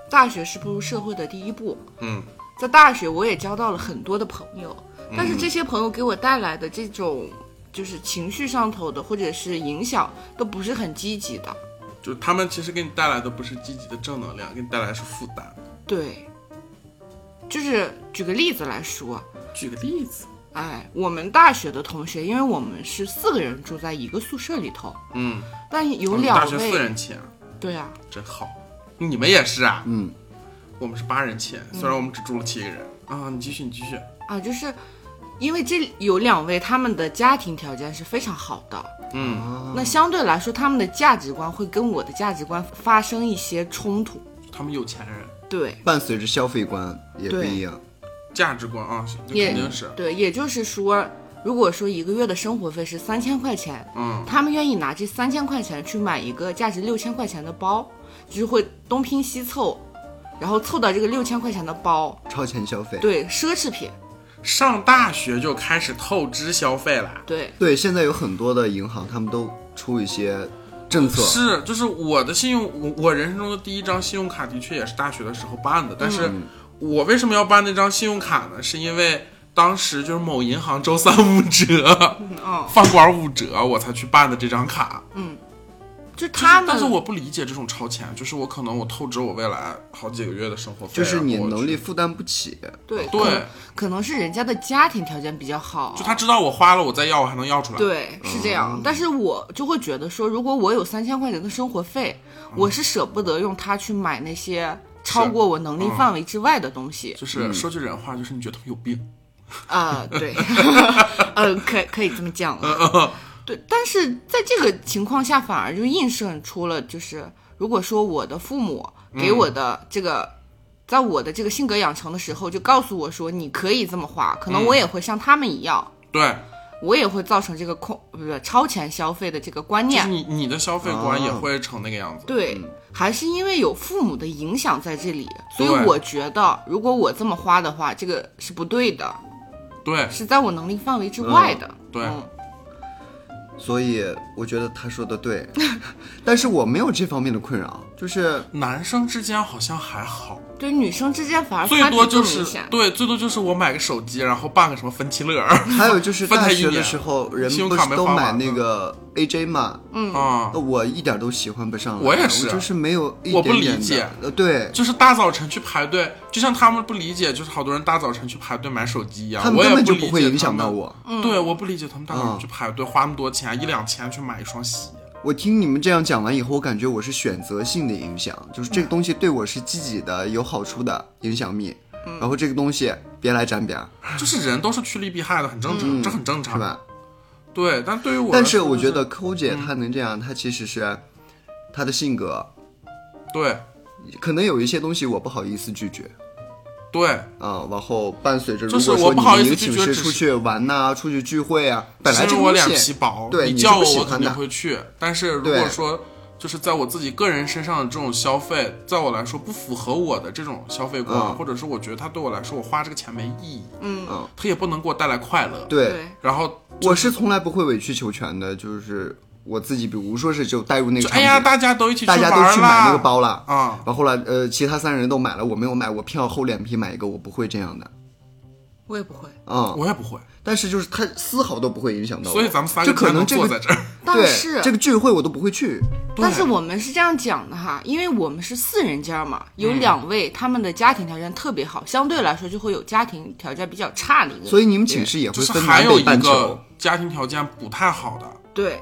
[SPEAKER 3] 大学是步入社会的第一步，
[SPEAKER 2] 嗯，
[SPEAKER 3] 在大学我也交到了很多的朋友，
[SPEAKER 1] 嗯
[SPEAKER 3] 但是这些朋友给我带来的这种就是情绪上头的或者是影响都不是很积极的，
[SPEAKER 2] 就是他们其实给你带来的不是积极的正能量，给你带来的是负担。
[SPEAKER 3] 对。就是举个例子来说，
[SPEAKER 2] 举个例子，
[SPEAKER 3] 哎，我们大学的同学，因为我们是四个人住在一个宿舍里头，
[SPEAKER 2] 嗯，
[SPEAKER 3] 但有
[SPEAKER 2] 我们
[SPEAKER 3] 两
[SPEAKER 2] 大学四
[SPEAKER 3] 位，
[SPEAKER 2] 人寝啊，
[SPEAKER 3] 对啊，
[SPEAKER 2] 真好。你们也是啊？
[SPEAKER 1] 嗯，
[SPEAKER 2] 我们是八人寝，虽然我们只住了七个人嗯啊。你继续，你继续。
[SPEAKER 3] 啊，就是因为这有两位，他们的家庭条件是非常好的，
[SPEAKER 2] 嗯，
[SPEAKER 3] 那相对来说，他们的价值观会跟我的价值观发生一些冲突，
[SPEAKER 2] 他们有钱人，
[SPEAKER 3] 对，
[SPEAKER 1] 伴随着消费观也不一样。
[SPEAKER 2] 价值观啊，这
[SPEAKER 3] 也
[SPEAKER 2] 肯定是。
[SPEAKER 3] 对，也就是说，如果说一个月的生活费是三千块钱，
[SPEAKER 2] 嗯，
[SPEAKER 3] 他们愿意拿这三千块钱去买一个价值六千块钱的包，就是会东拼西凑，然后凑到这个六千块钱的包，
[SPEAKER 1] 超前消费。
[SPEAKER 3] 对，奢侈品，
[SPEAKER 2] 上大学就开始透支消费了。
[SPEAKER 3] 对，
[SPEAKER 1] 对，现在有很多的银行他们都出一些政策。
[SPEAKER 2] 是，啊就是我的信用，我我人生中的第一张信用卡的确也是大学的时候办的，但是我为什么要办那张信用卡呢？是因为当时就是某银行周三五折，
[SPEAKER 3] 哦，
[SPEAKER 2] 饭馆五折，我才去办的这张卡。就
[SPEAKER 3] 就
[SPEAKER 2] 是
[SPEAKER 3] 他们，
[SPEAKER 2] 但是我不理解这种超前，就是我可能我透支我未来好几个月的生活费，
[SPEAKER 1] 就是你
[SPEAKER 2] 然后我去
[SPEAKER 1] 能力负担不起，
[SPEAKER 3] 对
[SPEAKER 2] 对
[SPEAKER 3] 可可能是人家的家庭条件比较好，
[SPEAKER 2] 就他嗯知道我花了，我再要我还能要出来。，
[SPEAKER 3] 对，是这样。但是我就会觉得说，如果我有三千块钱的生活费，我是舍不得用它去买那些超过我能力范围之外的东西
[SPEAKER 2] 就是说句人话，就是你觉得他们有病。
[SPEAKER 3] 啊、 对，呃，可可以这么讲
[SPEAKER 2] 嗯
[SPEAKER 3] 了。对，但是在这个情况下，反而就映射出了，就是如果说我的父母给我的这个。在我的这个性格养成的时候，就告诉我说你可以这么花，可能我也会像他们一样，
[SPEAKER 2] 对，
[SPEAKER 3] 我也会造成这个空不是超前消费的这个观
[SPEAKER 2] 就
[SPEAKER 3] 念
[SPEAKER 2] 是。你你的消费观
[SPEAKER 1] 哦
[SPEAKER 2] 也会成那个样子。
[SPEAKER 3] 对，还是因为有父母的影响在这里，所以
[SPEAKER 2] 对
[SPEAKER 3] 我觉得如果我这么花的话，这个是不对的，
[SPEAKER 2] 对
[SPEAKER 3] 是在我能力范围之外的。
[SPEAKER 2] 对
[SPEAKER 3] 嗯
[SPEAKER 1] 所以我觉得他说的对， 但是我没有这方面的困扰，就是
[SPEAKER 2] 男生之间好像还好。
[SPEAKER 3] 对女生之间反而
[SPEAKER 2] 最
[SPEAKER 3] 差别
[SPEAKER 2] 多
[SPEAKER 3] 更
[SPEAKER 2] 就
[SPEAKER 3] 明
[SPEAKER 2] 是
[SPEAKER 3] 显。
[SPEAKER 2] 对，最多就是我买个手机，然后办个什么分期乐儿
[SPEAKER 1] 还有就是
[SPEAKER 2] 嗯分
[SPEAKER 1] 大
[SPEAKER 2] 开一
[SPEAKER 1] 学的
[SPEAKER 2] 年
[SPEAKER 1] 时候，人
[SPEAKER 2] 信用
[SPEAKER 1] 不
[SPEAKER 2] 卡
[SPEAKER 1] 是
[SPEAKER 2] 没
[SPEAKER 1] 都
[SPEAKER 2] 花
[SPEAKER 1] 买
[SPEAKER 2] 完嗯
[SPEAKER 1] 那
[SPEAKER 2] 呢
[SPEAKER 1] 个 AJ 嘛？
[SPEAKER 3] 嗯
[SPEAKER 2] 啊、
[SPEAKER 1] 我一点都喜欢不上来，
[SPEAKER 2] 我也是
[SPEAKER 1] 就是没有一
[SPEAKER 2] 我
[SPEAKER 1] 点
[SPEAKER 2] 不理
[SPEAKER 1] 点的
[SPEAKER 2] 解
[SPEAKER 1] 呃，对
[SPEAKER 2] 就是大早晨去排队，就像他们不理解，就是好多人大早晨去排队买手机一样，
[SPEAKER 1] 他们
[SPEAKER 2] 我
[SPEAKER 1] 根
[SPEAKER 2] 也
[SPEAKER 1] 本就
[SPEAKER 2] 理解
[SPEAKER 1] 不会影响到
[SPEAKER 2] 他们。
[SPEAKER 1] 我。
[SPEAKER 2] 对，我不理解他们大早晨
[SPEAKER 1] 嗯
[SPEAKER 2] 去排队、花那么多钱，一两千去买一双鞋。
[SPEAKER 1] 我听你们这样讲完以后，我感觉我是选择性的影响，就是这个东西对我是积极的、有好处的影响力，
[SPEAKER 2] 嗯
[SPEAKER 1] 然后这个东西别来沾边儿，
[SPEAKER 2] 就是人都是趋利避害的，很正常，这很正
[SPEAKER 1] 嗯
[SPEAKER 2] 常，
[SPEAKER 1] 是吧？
[SPEAKER 2] 对，但对于啊我来说，
[SPEAKER 1] 但是我觉
[SPEAKER 2] 就是嗯
[SPEAKER 1] 得抠姐她能这样，她其实是她的性格，
[SPEAKER 2] 对
[SPEAKER 1] 可能有一些东西我不好意思拒绝。
[SPEAKER 2] 对，
[SPEAKER 1] 啊、然后伴随着如
[SPEAKER 2] 就
[SPEAKER 1] 果
[SPEAKER 2] 是
[SPEAKER 1] 说
[SPEAKER 2] 我不好
[SPEAKER 1] 你
[SPEAKER 2] 意思
[SPEAKER 1] 们
[SPEAKER 2] 拒
[SPEAKER 1] 请
[SPEAKER 2] 绝
[SPEAKER 1] 是
[SPEAKER 2] 只
[SPEAKER 1] 出
[SPEAKER 2] 是
[SPEAKER 1] 去玩呐、出去聚会啊，本来
[SPEAKER 2] 是
[SPEAKER 1] 这个
[SPEAKER 2] 我
[SPEAKER 1] 东
[SPEAKER 2] 脸
[SPEAKER 1] 西
[SPEAKER 2] 皮薄，
[SPEAKER 1] 对
[SPEAKER 2] 你
[SPEAKER 1] 你
[SPEAKER 2] 叫
[SPEAKER 1] 是不
[SPEAKER 2] 我
[SPEAKER 1] 喜
[SPEAKER 2] 我
[SPEAKER 1] 欢
[SPEAKER 2] 肯定
[SPEAKER 1] 的
[SPEAKER 2] 会去。但是如
[SPEAKER 1] 对
[SPEAKER 2] 果说就是在我自己个人身上的这种消费，在我来说不符合我的这种消费观，
[SPEAKER 1] 嗯
[SPEAKER 2] 或者是我觉得它对我来说我花这个钱没意义，
[SPEAKER 1] 嗯，
[SPEAKER 2] 它也不能给我带来快乐。，
[SPEAKER 1] 对，
[SPEAKER 3] 对
[SPEAKER 2] 然后
[SPEAKER 1] 我是从来不会委曲求全的，就是我自己，比如说是就带入那个
[SPEAKER 2] 就
[SPEAKER 1] 场
[SPEAKER 2] 哎
[SPEAKER 1] 景，
[SPEAKER 2] 呀，大家都一起
[SPEAKER 1] 大家都
[SPEAKER 2] 玩
[SPEAKER 1] 去买那
[SPEAKER 2] 啦
[SPEAKER 1] 个包了，
[SPEAKER 2] 啊，
[SPEAKER 1] 然后后来呃，其他三人都买了，我没有买，我偏要厚脸皮买一个，我不会这样的。
[SPEAKER 3] 我也不会。
[SPEAKER 1] 嗯，
[SPEAKER 2] 我也不会，
[SPEAKER 1] 但是就是它丝毫都不会影响到我，
[SPEAKER 2] 所以咱们仨
[SPEAKER 1] 就
[SPEAKER 2] 就
[SPEAKER 1] 可能这
[SPEAKER 2] 坐
[SPEAKER 1] 个
[SPEAKER 2] 在这儿。
[SPEAKER 3] 但是
[SPEAKER 1] 对这个聚会我都不会去，
[SPEAKER 3] 但是我们是这样讲的哈，因为我们是四人间嘛，有两位他们的家庭条件特别好，相对来说就会有家庭条件比较差的一个。
[SPEAKER 1] 所以你们寝室也
[SPEAKER 2] 就
[SPEAKER 1] 会
[SPEAKER 2] 是
[SPEAKER 1] 分
[SPEAKER 2] 还
[SPEAKER 1] 南
[SPEAKER 2] 有
[SPEAKER 1] 北
[SPEAKER 2] 一
[SPEAKER 1] 半球
[SPEAKER 2] 个。家庭条件不太好的，
[SPEAKER 3] 对，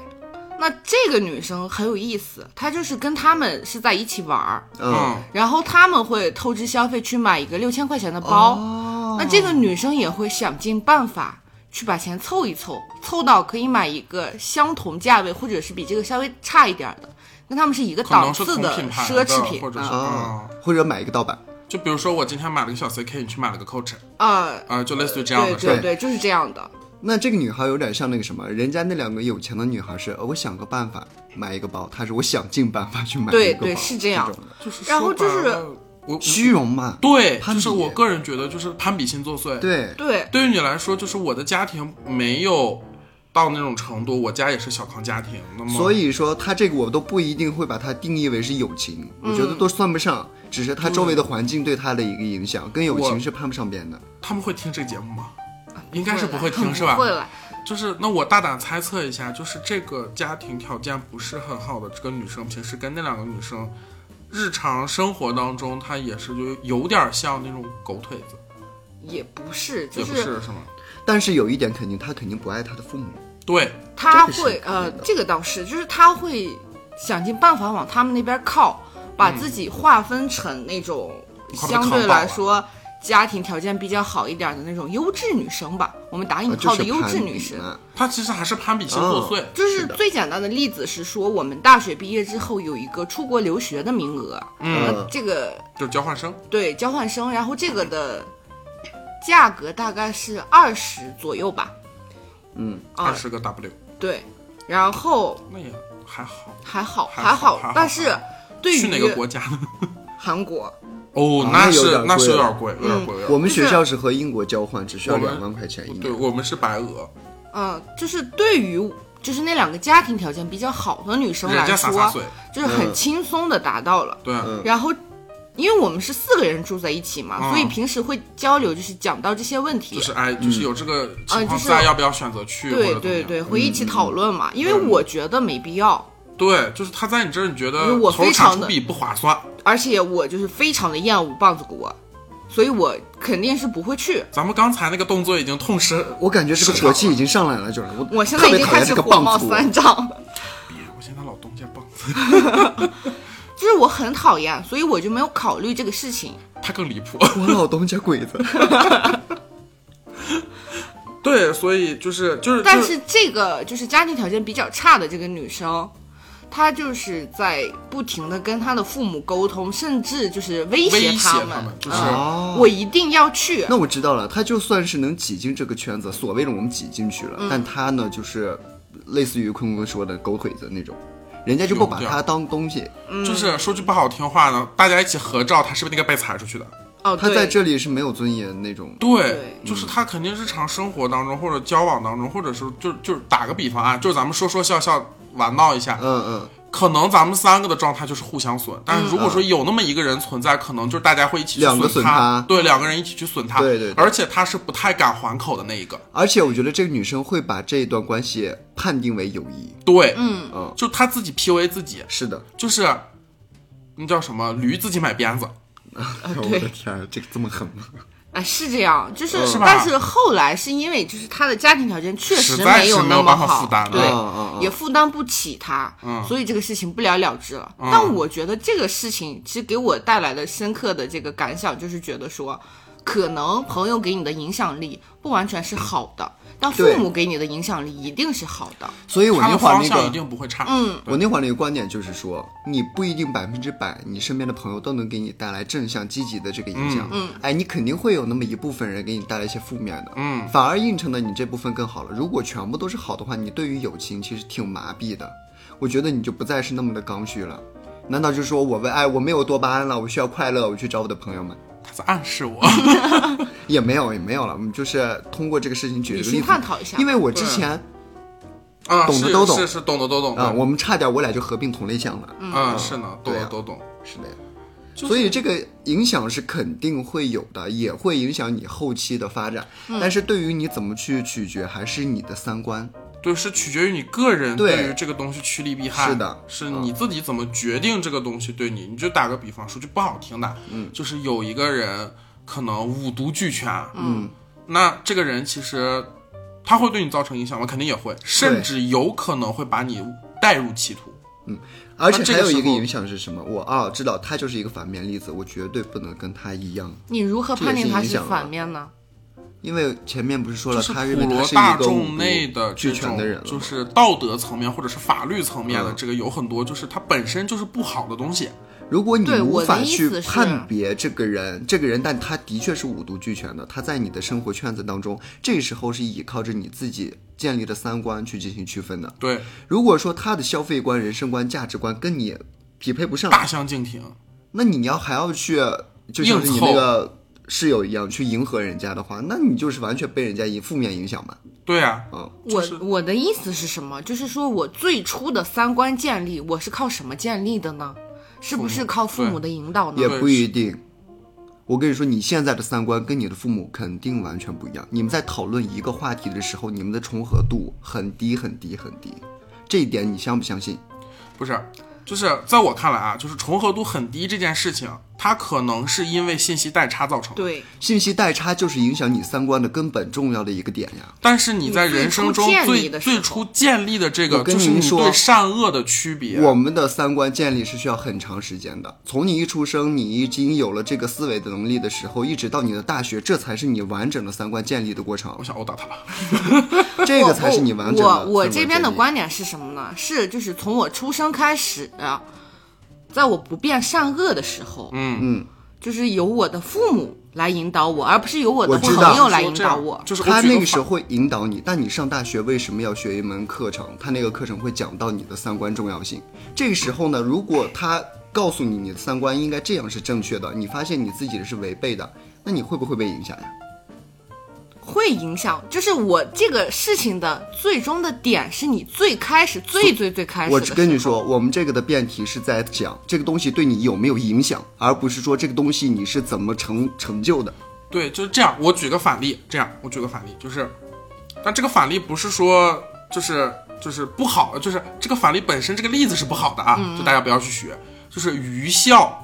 [SPEAKER 3] 那这个女生很有意思，她就是跟他们是在一起玩儿，
[SPEAKER 1] 嗯，
[SPEAKER 3] 然后他们会透支消费去买一个六千块钱的包，
[SPEAKER 2] 哦
[SPEAKER 3] 那这个女生也会想尽办法去把钱凑一凑，凑到可以买一个相同价位或者是比这个稍微差一点儿的，跟他们是一个
[SPEAKER 2] 可
[SPEAKER 3] 档
[SPEAKER 2] 能是
[SPEAKER 3] 次
[SPEAKER 2] 同品牌
[SPEAKER 3] 奢侈品
[SPEAKER 2] 或者是
[SPEAKER 3] 啊。
[SPEAKER 1] 啊
[SPEAKER 2] 嗯，，
[SPEAKER 1] 或者买一个盗版，
[SPEAKER 2] 就比如说我今天买了个小 CK，你去买了个 Coach，
[SPEAKER 3] 呃
[SPEAKER 2] 啊，就类似于这样
[SPEAKER 3] 对
[SPEAKER 2] 的事
[SPEAKER 3] 对
[SPEAKER 2] 儿。
[SPEAKER 3] 对，就是这样的。
[SPEAKER 1] 那这个女孩有点像那个什么，人家那两个有钱的女孩是，呃我想个办法买一个包，她是我想尽办法去买一个包，
[SPEAKER 3] 对对是这样
[SPEAKER 1] 种的
[SPEAKER 2] 就是
[SPEAKER 3] 然后
[SPEAKER 2] 说白
[SPEAKER 3] 就是
[SPEAKER 2] 了我
[SPEAKER 1] 虚荣嘛，
[SPEAKER 2] 对，
[SPEAKER 1] 攀
[SPEAKER 2] 就
[SPEAKER 1] 比
[SPEAKER 2] 是我个人觉得就是攀比心作祟。，
[SPEAKER 1] 对，
[SPEAKER 3] 对，
[SPEAKER 2] 对于你来说，就是我的家庭没有到那种程度，我家也是小康家庭，那么
[SPEAKER 1] 所以说她这个我都不一定会把它定义为是友情，
[SPEAKER 3] 嗯
[SPEAKER 1] 我觉得都算不上，只是她周围的环境对她的一个影响，跟友情
[SPEAKER 2] 我
[SPEAKER 1] 是攀不上边的。
[SPEAKER 2] 他们会听这个节目吗？应该是不
[SPEAKER 3] 了
[SPEAKER 2] 会听，是吧？
[SPEAKER 3] 啊不会了，
[SPEAKER 2] 就是那我大胆猜测一下，就是这个家庭条件不是很好的这个女生，平时跟那两个女生日常生活当中，她也是就有点像那种狗腿子，
[SPEAKER 3] 也不是，就
[SPEAKER 2] 也不
[SPEAKER 3] 是
[SPEAKER 2] 是是吗？
[SPEAKER 1] 但是有一点肯定，她肯定不爱她的父母，
[SPEAKER 2] 对，
[SPEAKER 3] 他
[SPEAKER 1] 这个是
[SPEAKER 3] 会
[SPEAKER 1] 肯定
[SPEAKER 3] 呃
[SPEAKER 1] 的，
[SPEAKER 3] 这个倒是，就是他会想尽办法往他们那边靠，把自己划分成那种
[SPEAKER 2] 你快被
[SPEAKER 3] 相
[SPEAKER 2] 坑
[SPEAKER 3] 对
[SPEAKER 2] 爆
[SPEAKER 3] 来
[SPEAKER 2] 了
[SPEAKER 3] 说。
[SPEAKER 1] 嗯
[SPEAKER 3] 家庭条件比较好一点的那种优质女生吧，我们打
[SPEAKER 1] 呃
[SPEAKER 3] 引
[SPEAKER 1] 就
[SPEAKER 3] 号
[SPEAKER 1] 是
[SPEAKER 3] 嗯的优质
[SPEAKER 1] 攀
[SPEAKER 3] 女
[SPEAKER 1] 比
[SPEAKER 3] 生，
[SPEAKER 1] 嘛
[SPEAKER 2] 她其实还是攀比心作祟。
[SPEAKER 3] 就是
[SPEAKER 1] 的
[SPEAKER 3] 最简单的例子是说，我们大学毕业之后有一个出国留学的名额，
[SPEAKER 1] 嗯
[SPEAKER 3] 这个
[SPEAKER 2] 就是交换生，
[SPEAKER 3] 对交换生，然后这个的价格大概是二十左右吧，
[SPEAKER 1] 嗯，
[SPEAKER 2] 二
[SPEAKER 3] 啊
[SPEAKER 2] 十个 W，
[SPEAKER 3] 对，然后
[SPEAKER 2] 那也还好。
[SPEAKER 3] 还好
[SPEAKER 2] 还好
[SPEAKER 3] 好
[SPEAKER 2] 还好，
[SPEAKER 3] 但是对于啊
[SPEAKER 2] 去哪个国家呢？
[SPEAKER 3] 韩国，
[SPEAKER 2] 哦
[SPEAKER 1] 啊，
[SPEAKER 2] 那
[SPEAKER 1] 那有
[SPEAKER 2] 是
[SPEAKER 1] 点
[SPEAKER 2] 那是
[SPEAKER 1] 贵
[SPEAKER 2] 有
[SPEAKER 1] 了
[SPEAKER 2] 点贵，有点贵。有点
[SPEAKER 1] 我们
[SPEAKER 3] 就是
[SPEAKER 1] 学校是和英国交换，只需要
[SPEAKER 2] 我们
[SPEAKER 1] 两万块钱一
[SPEAKER 2] 贵
[SPEAKER 1] 年。
[SPEAKER 2] 对，我们是白俄，
[SPEAKER 3] 嗯，就是对于就是那两个家庭条件比较好的女生
[SPEAKER 2] 人
[SPEAKER 3] 来
[SPEAKER 2] 家洒洒
[SPEAKER 3] 说，
[SPEAKER 2] 水，
[SPEAKER 3] 就是
[SPEAKER 2] 嗯
[SPEAKER 3] 很轻松的达到了，
[SPEAKER 2] 对，
[SPEAKER 1] 嗯
[SPEAKER 3] 然后。因为我们是四个人住在一起嘛，
[SPEAKER 2] 嗯
[SPEAKER 3] 所以平时会交流，就是讲到这些问题，
[SPEAKER 2] 就是哎，就是有这个
[SPEAKER 3] 啊
[SPEAKER 2] 情
[SPEAKER 3] 就
[SPEAKER 2] 况
[SPEAKER 3] 是
[SPEAKER 2] 下，要不要选择去？或
[SPEAKER 3] 对
[SPEAKER 2] 者怎么
[SPEAKER 3] 对
[SPEAKER 2] 样
[SPEAKER 3] 对，会一起
[SPEAKER 2] 嗯
[SPEAKER 3] 讨论嘛。因为我觉得没必要，
[SPEAKER 2] 对，就是他在你这儿，你觉
[SPEAKER 3] 因为
[SPEAKER 2] 得
[SPEAKER 3] 我
[SPEAKER 2] 投
[SPEAKER 3] 非
[SPEAKER 2] 产
[SPEAKER 3] 常
[SPEAKER 2] 出
[SPEAKER 3] 的
[SPEAKER 2] 比不划算，
[SPEAKER 3] 而且我就是非常的厌恶棒子国，所以我肯定是不会去。
[SPEAKER 2] 咱们刚才那个动作已经痛失。
[SPEAKER 1] 我感觉这个
[SPEAKER 2] 市
[SPEAKER 1] 火
[SPEAKER 2] 场
[SPEAKER 1] 气已经上来了，就是我
[SPEAKER 3] 我现在
[SPEAKER 1] 特
[SPEAKER 3] 已
[SPEAKER 1] 别
[SPEAKER 3] 经
[SPEAKER 1] 讨
[SPEAKER 3] 开
[SPEAKER 1] 厌这
[SPEAKER 3] 始
[SPEAKER 1] 个
[SPEAKER 3] 火冒
[SPEAKER 1] 棒子。
[SPEAKER 3] 三丈，
[SPEAKER 2] 我现在老东家棒子，
[SPEAKER 3] 就是我很讨厌，所以我就没有考虑这个事情。
[SPEAKER 2] 他更离 谱。
[SPEAKER 1] 我老东家鬼子，
[SPEAKER 2] 对，所以就是就是，
[SPEAKER 3] 但
[SPEAKER 2] 就是
[SPEAKER 3] 这个就是家庭条件比较差的这个女生，她就是在不停的跟她的父母沟通，甚至就是威
[SPEAKER 2] 威
[SPEAKER 3] 胁
[SPEAKER 2] 胁
[SPEAKER 3] 他
[SPEAKER 2] 他
[SPEAKER 3] 们，
[SPEAKER 2] 们，就是哦
[SPEAKER 3] 嗯我一定要去。
[SPEAKER 1] 那我知道了，他就算是能挤进这个圈子，所谓的我们挤进去了，
[SPEAKER 2] 嗯
[SPEAKER 1] 但他呢，就是类似于坤坤说的狗腿子那种，人家就不把
[SPEAKER 2] 用不掉
[SPEAKER 1] 他当东西，
[SPEAKER 3] 嗯
[SPEAKER 2] 就是说句不好听话呢，大家一起合照，他是不是那个被裁出去的？
[SPEAKER 3] 哦，
[SPEAKER 1] 他在
[SPEAKER 3] 对，
[SPEAKER 1] 这里是没有尊严那种。
[SPEAKER 2] 对
[SPEAKER 3] 对，
[SPEAKER 2] 就是
[SPEAKER 1] 嗯
[SPEAKER 2] 他肯定日常生活当中或者交往当中，或者是就就是打个比方啊，就是咱们说说笑笑玩闹一下，
[SPEAKER 1] 嗯嗯，
[SPEAKER 2] 可能咱们三个的状态就是互相损，但是如果说有那么一个人存在，可能就是大家会一起去
[SPEAKER 1] 两个
[SPEAKER 2] 损
[SPEAKER 1] 损
[SPEAKER 2] 他
[SPEAKER 1] 他，
[SPEAKER 2] 对，两个人一起去损他，
[SPEAKER 1] 对对对
[SPEAKER 2] 而且他是不太敢还口的那一个，
[SPEAKER 1] 而且我觉得这个女生会把这一段关系判定为友谊。
[SPEAKER 2] 对，
[SPEAKER 3] 嗯
[SPEAKER 1] 嗯
[SPEAKER 2] 就他自己 PUA 自己，
[SPEAKER 1] 是的，
[SPEAKER 2] 就是那叫什么驴自己买鞭子，啊
[SPEAKER 1] 哎我的天儿，这个这么狠吗？
[SPEAKER 3] 啊，是这样，就是，
[SPEAKER 2] 是吧
[SPEAKER 3] 但是后来是因为就是她的家庭条件确
[SPEAKER 2] 实在
[SPEAKER 3] 没
[SPEAKER 2] 是没有
[SPEAKER 3] 那么
[SPEAKER 2] 办法
[SPEAKER 3] 好，
[SPEAKER 2] 负担了
[SPEAKER 3] 对，
[SPEAKER 1] 嗯嗯嗯
[SPEAKER 3] 也负担不起她，
[SPEAKER 2] 嗯
[SPEAKER 3] 所以这个事情不了了之了。但我觉得这个事情其实给我带来的深刻的这个感想就是觉得说，可能朋友给你的影响力不完全是好的，但父
[SPEAKER 1] 对
[SPEAKER 3] 母给你的影响力一定是好的。
[SPEAKER 1] 所以我
[SPEAKER 2] 他
[SPEAKER 1] 那
[SPEAKER 2] 的
[SPEAKER 1] 会儿
[SPEAKER 2] 方
[SPEAKER 1] 那
[SPEAKER 2] 向一
[SPEAKER 1] 个，
[SPEAKER 2] 定不会差，
[SPEAKER 3] 嗯，
[SPEAKER 1] 我那会儿那个观点就是说，你不一定百分之百，你身边的朋友都能给你带来正向积极的这个影响。嗯，哎，你肯定会有那么一部分人给你带来一些负面的。
[SPEAKER 2] 嗯，
[SPEAKER 1] 反而映衬了你这部分更好了。如果全部都是好的话，你对于友情其实挺麻痹的。我觉得你就不再是那么的刚需了。难道就是说我为哎我没有多巴胺了，我需要快乐，我去找我的朋友们？
[SPEAKER 2] 他在暗 示我，
[SPEAKER 1] 也没有也没有了，我们就是通过这个事情举
[SPEAKER 3] 理
[SPEAKER 1] 一个
[SPEAKER 3] 性
[SPEAKER 1] 例子，
[SPEAKER 3] 探讨一下，
[SPEAKER 1] 因为我之前嗯
[SPEAKER 2] 啊，
[SPEAKER 1] 懂的
[SPEAKER 2] 是
[SPEAKER 1] 都懂
[SPEAKER 2] 是是懂的都懂，
[SPEAKER 1] 啊、
[SPEAKER 2] 对
[SPEAKER 1] 我们差点我俩就合并同类项了。
[SPEAKER 2] 嗯，是呢，懂
[SPEAKER 1] 对
[SPEAKER 2] 的
[SPEAKER 1] 啊
[SPEAKER 2] 都懂，
[SPEAKER 1] 是的呀。所以这个影响是肯定会有的，也会影响你后期的发展。
[SPEAKER 2] 嗯
[SPEAKER 1] 但是对于你怎么去取决，还是你的三观。
[SPEAKER 2] 对，是取决于你个人
[SPEAKER 1] 对
[SPEAKER 2] 于这个东西趋利避害。
[SPEAKER 1] 是的嗯
[SPEAKER 2] 是你自己怎么决定这个东西对你。你就打个比方说句不好听的，嗯，就是有一个人可能五毒俱全，嗯，那这个人其实他会对你造成影响吗？肯定也会，甚至有可能会把你带入歧途。
[SPEAKER 1] 而且
[SPEAKER 2] 这
[SPEAKER 1] 还
[SPEAKER 2] 个
[SPEAKER 1] 有一
[SPEAKER 2] 时
[SPEAKER 1] 个
[SPEAKER 2] 候
[SPEAKER 1] 影响是什么？我啊知道他就是一个反面例子，我绝对不能跟他一样，
[SPEAKER 3] 你如何判定他是反面呢？
[SPEAKER 1] 因为前面不是说了，
[SPEAKER 2] 就是
[SPEAKER 1] 他认为
[SPEAKER 2] 普
[SPEAKER 1] 他
[SPEAKER 2] 罗
[SPEAKER 1] 是
[SPEAKER 2] 大
[SPEAKER 1] 一个
[SPEAKER 2] 众
[SPEAKER 1] 五
[SPEAKER 2] 内的
[SPEAKER 1] 毒
[SPEAKER 2] 这
[SPEAKER 1] 俱全
[SPEAKER 2] 种
[SPEAKER 1] 的人了嘛，
[SPEAKER 2] 就是道德层面或者是法律层面的
[SPEAKER 1] 嗯
[SPEAKER 2] 这个有很多，就是它本身就是不好的东西。
[SPEAKER 1] 如果你
[SPEAKER 3] 对
[SPEAKER 1] 无
[SPEAKER 3] 我的
[SPEAKER 1] 法
[SPEAKER 3] 意
[SPEAKER 1] 去
[SPEAKER 3] 思是
[SPEAKER 1] 判别这个人，这个人，但他的确是五毒俱全的，他在你的生活圈子当中，这时候是依靠着你自己建立的三观去进行区分的。
[SPEAKER 2] 对，
[SPEAKER 1] 如果说他的消费观、人生观、价值观跟你匹配不上，
[SPEAKER 2] 大相径庭。
[SPEAKER 1] 那你要还要去，就像是你
[SPEAKER 2] 硬凑
[SPEAKER 1] 那个室友一样去迎合人家的话，那你就是完全被人家以负面影响嘛。
[SPEAKER 2] 对啊，
[SPEAKER 1] 嗯，
[SPEAKER 2] 就
[SPEAKER 3] 我
[SPEAKER 2] 是
[SPEAKER 3] 我的意思是什么？就是说我最初的三观建立，我是靠什么建立的呢？是不是靠父母的引导呢
[SPEAKER 1] 也？
[SPEAKER 2] 对
[SPEAKER 1] 不一定。我跟你说，你现在的三观跟你的父母肯定完全不一样。你们在讨论一个话题的时候，你们的重合度很低很低很低，这一点你相不相信？
[SPEAKER 2] 不是，就是在我看来啊，就是重合度很低这件事情，它可能是因为信息代差造成的。
[SPEAKER 3] 对，
[SPEAKER 1] 信息代差就是影响你三观的根本重要的一个点呀。
[SPEAKER 2] 但是你在人生中
[SPEAKER 3] 你最初建
[SPEAKER 2] 最
[SPEAKER 3] 立的时候
[SPEAKER 2] 最初建立的这个，
[SPEAKER 1] 我跟
[SPEAKER 2] 就是
[SPEAKER 1] 您
[SPEAKER 2] 你
[SPEAKER 1] 说
[SPEAKER 2] 对善恶的区别。
[SPEAKER 1] 我们的三观建立是需要很长时间的，从你一出生，你已经有了这个思维的能力的时候，一直到你的大学，这才是你完整的三观建立的过程
[SPEAKER 2] 我，想殴打他了。
[SPEAKER 1] 这个才是你完整的
[SPEAKER 3] 我我我
[SPEAKER 1] 三观
[SPEAKER 3] 这边的
[SPEAKER 1] 建立
[SPEAKER 3] 观点是什么呢？是就是从我出生开始，啊在我不辨善恶的时候，
[SPEAKER 2] 嗯
[SPEAKER 1] 嗯，
[SPEAKER 3] 就是由我的父母来引导我，而不是由我的
[SPEAKER 1] 我知道
[SPEAKER 3] 朋友来引
[SPEAKER 2] 说这
[SPEAKER 3] 导
[SPEAKER 2] 样
[SPEAKER 3] 我。
[SPEAKER 2] 就是我
[SPEAKER 1] 他
[SPEAKER 2] 举
[SPEAKER 1] 那
[SPEAKER 2] 个
[SPEAKER 1] 个时候
[SPEAKER 2] 反
[SPEAKER 1] 会引导你，但你上大学为什么要学一门课程？他那个课程会讲到你的三观重要性。这个时候呢，如果他告诉你你的三观应该这样是正确的，你发现你自己是违背的，那你会不会被影响呀？
[SPEAKER 3] 会影响，就是我这个事情的最终的点是你最开始最最最开始
[SPEAKER 1] 我
[SPEAKER 3] 的时候
[SPEAKER 1] 跟你说，我们这个的辩题是在讲这个东西对你有没有影响，而不是说这个东西你是怎么成成就的。
[SPEAKER 2] 对，就是这样。我举个反例，这样我举个反例，就是，但这个反例不是说就是就是不好，就是这个反例本身这个例子是不好的啊，
[SPEAKER 3] 嗯
[SPEAKER 2] 就大家不要去学。就是愚孝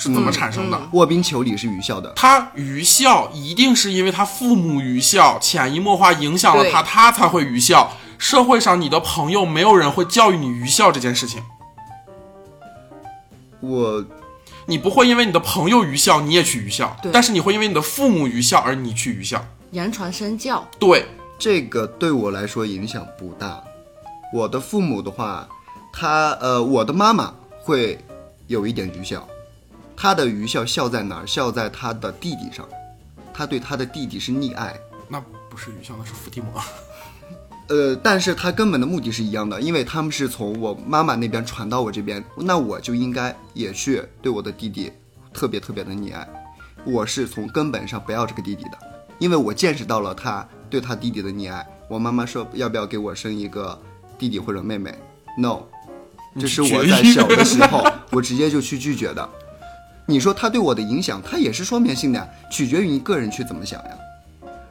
[SPEAKER 2] 是
[SPEAKER 1] 嗯
[SPEAKER 2] 怎么产生的？
[SPEAKER 1] 卧冰求鲤是愚孝的，
[SPEAKER 2] 他愚孝一定是因为他父母愚孝，潜移默化影响了他，
[SPEAKER 3] 对
[SPEAKER 2] 他才会愚孝。社会上你的朋友没有人会教育你愚孝这件事情，
[SPEAKER 1] 我
[SPEAKER 2] 你不会因为你的朋友愚孝你也去愚孝
[SPEAKER 3] 对，
[SPEAKER 2] 但是你会因为你的父母愚孝而你去愚孝。
[SPEAKER 3] 言传身教，
[SPEAKER 2] 对，
[SPEAKER 1] 这个对我来说影响不大。我的父母的话，他呃，我的妈妈会有一点愚孝，她的愚孝孝在哪儿？孝在她的弟弟上，她对她的弟弟是溺爱。
[SPEAKER 2] 那不是愚孝，那是伏地魔。
[SPEAKER 1] 呃，但是她根本的目的是一样的，因为他们是从我妈妈那边传到我这边，那我就应该也去对我的弟弟特别特别的溺爱。我是从根本上不要这个弟弟的，因为我见识到了他对他弟弟的溺爱。我妈妈说要不要给我生一个弟弟或者妹妹？No，这是我在小的时候，我直接就去拒绝的。你说他对我的影响，他也是双面性的呀，取决于你个人去怎么想呀。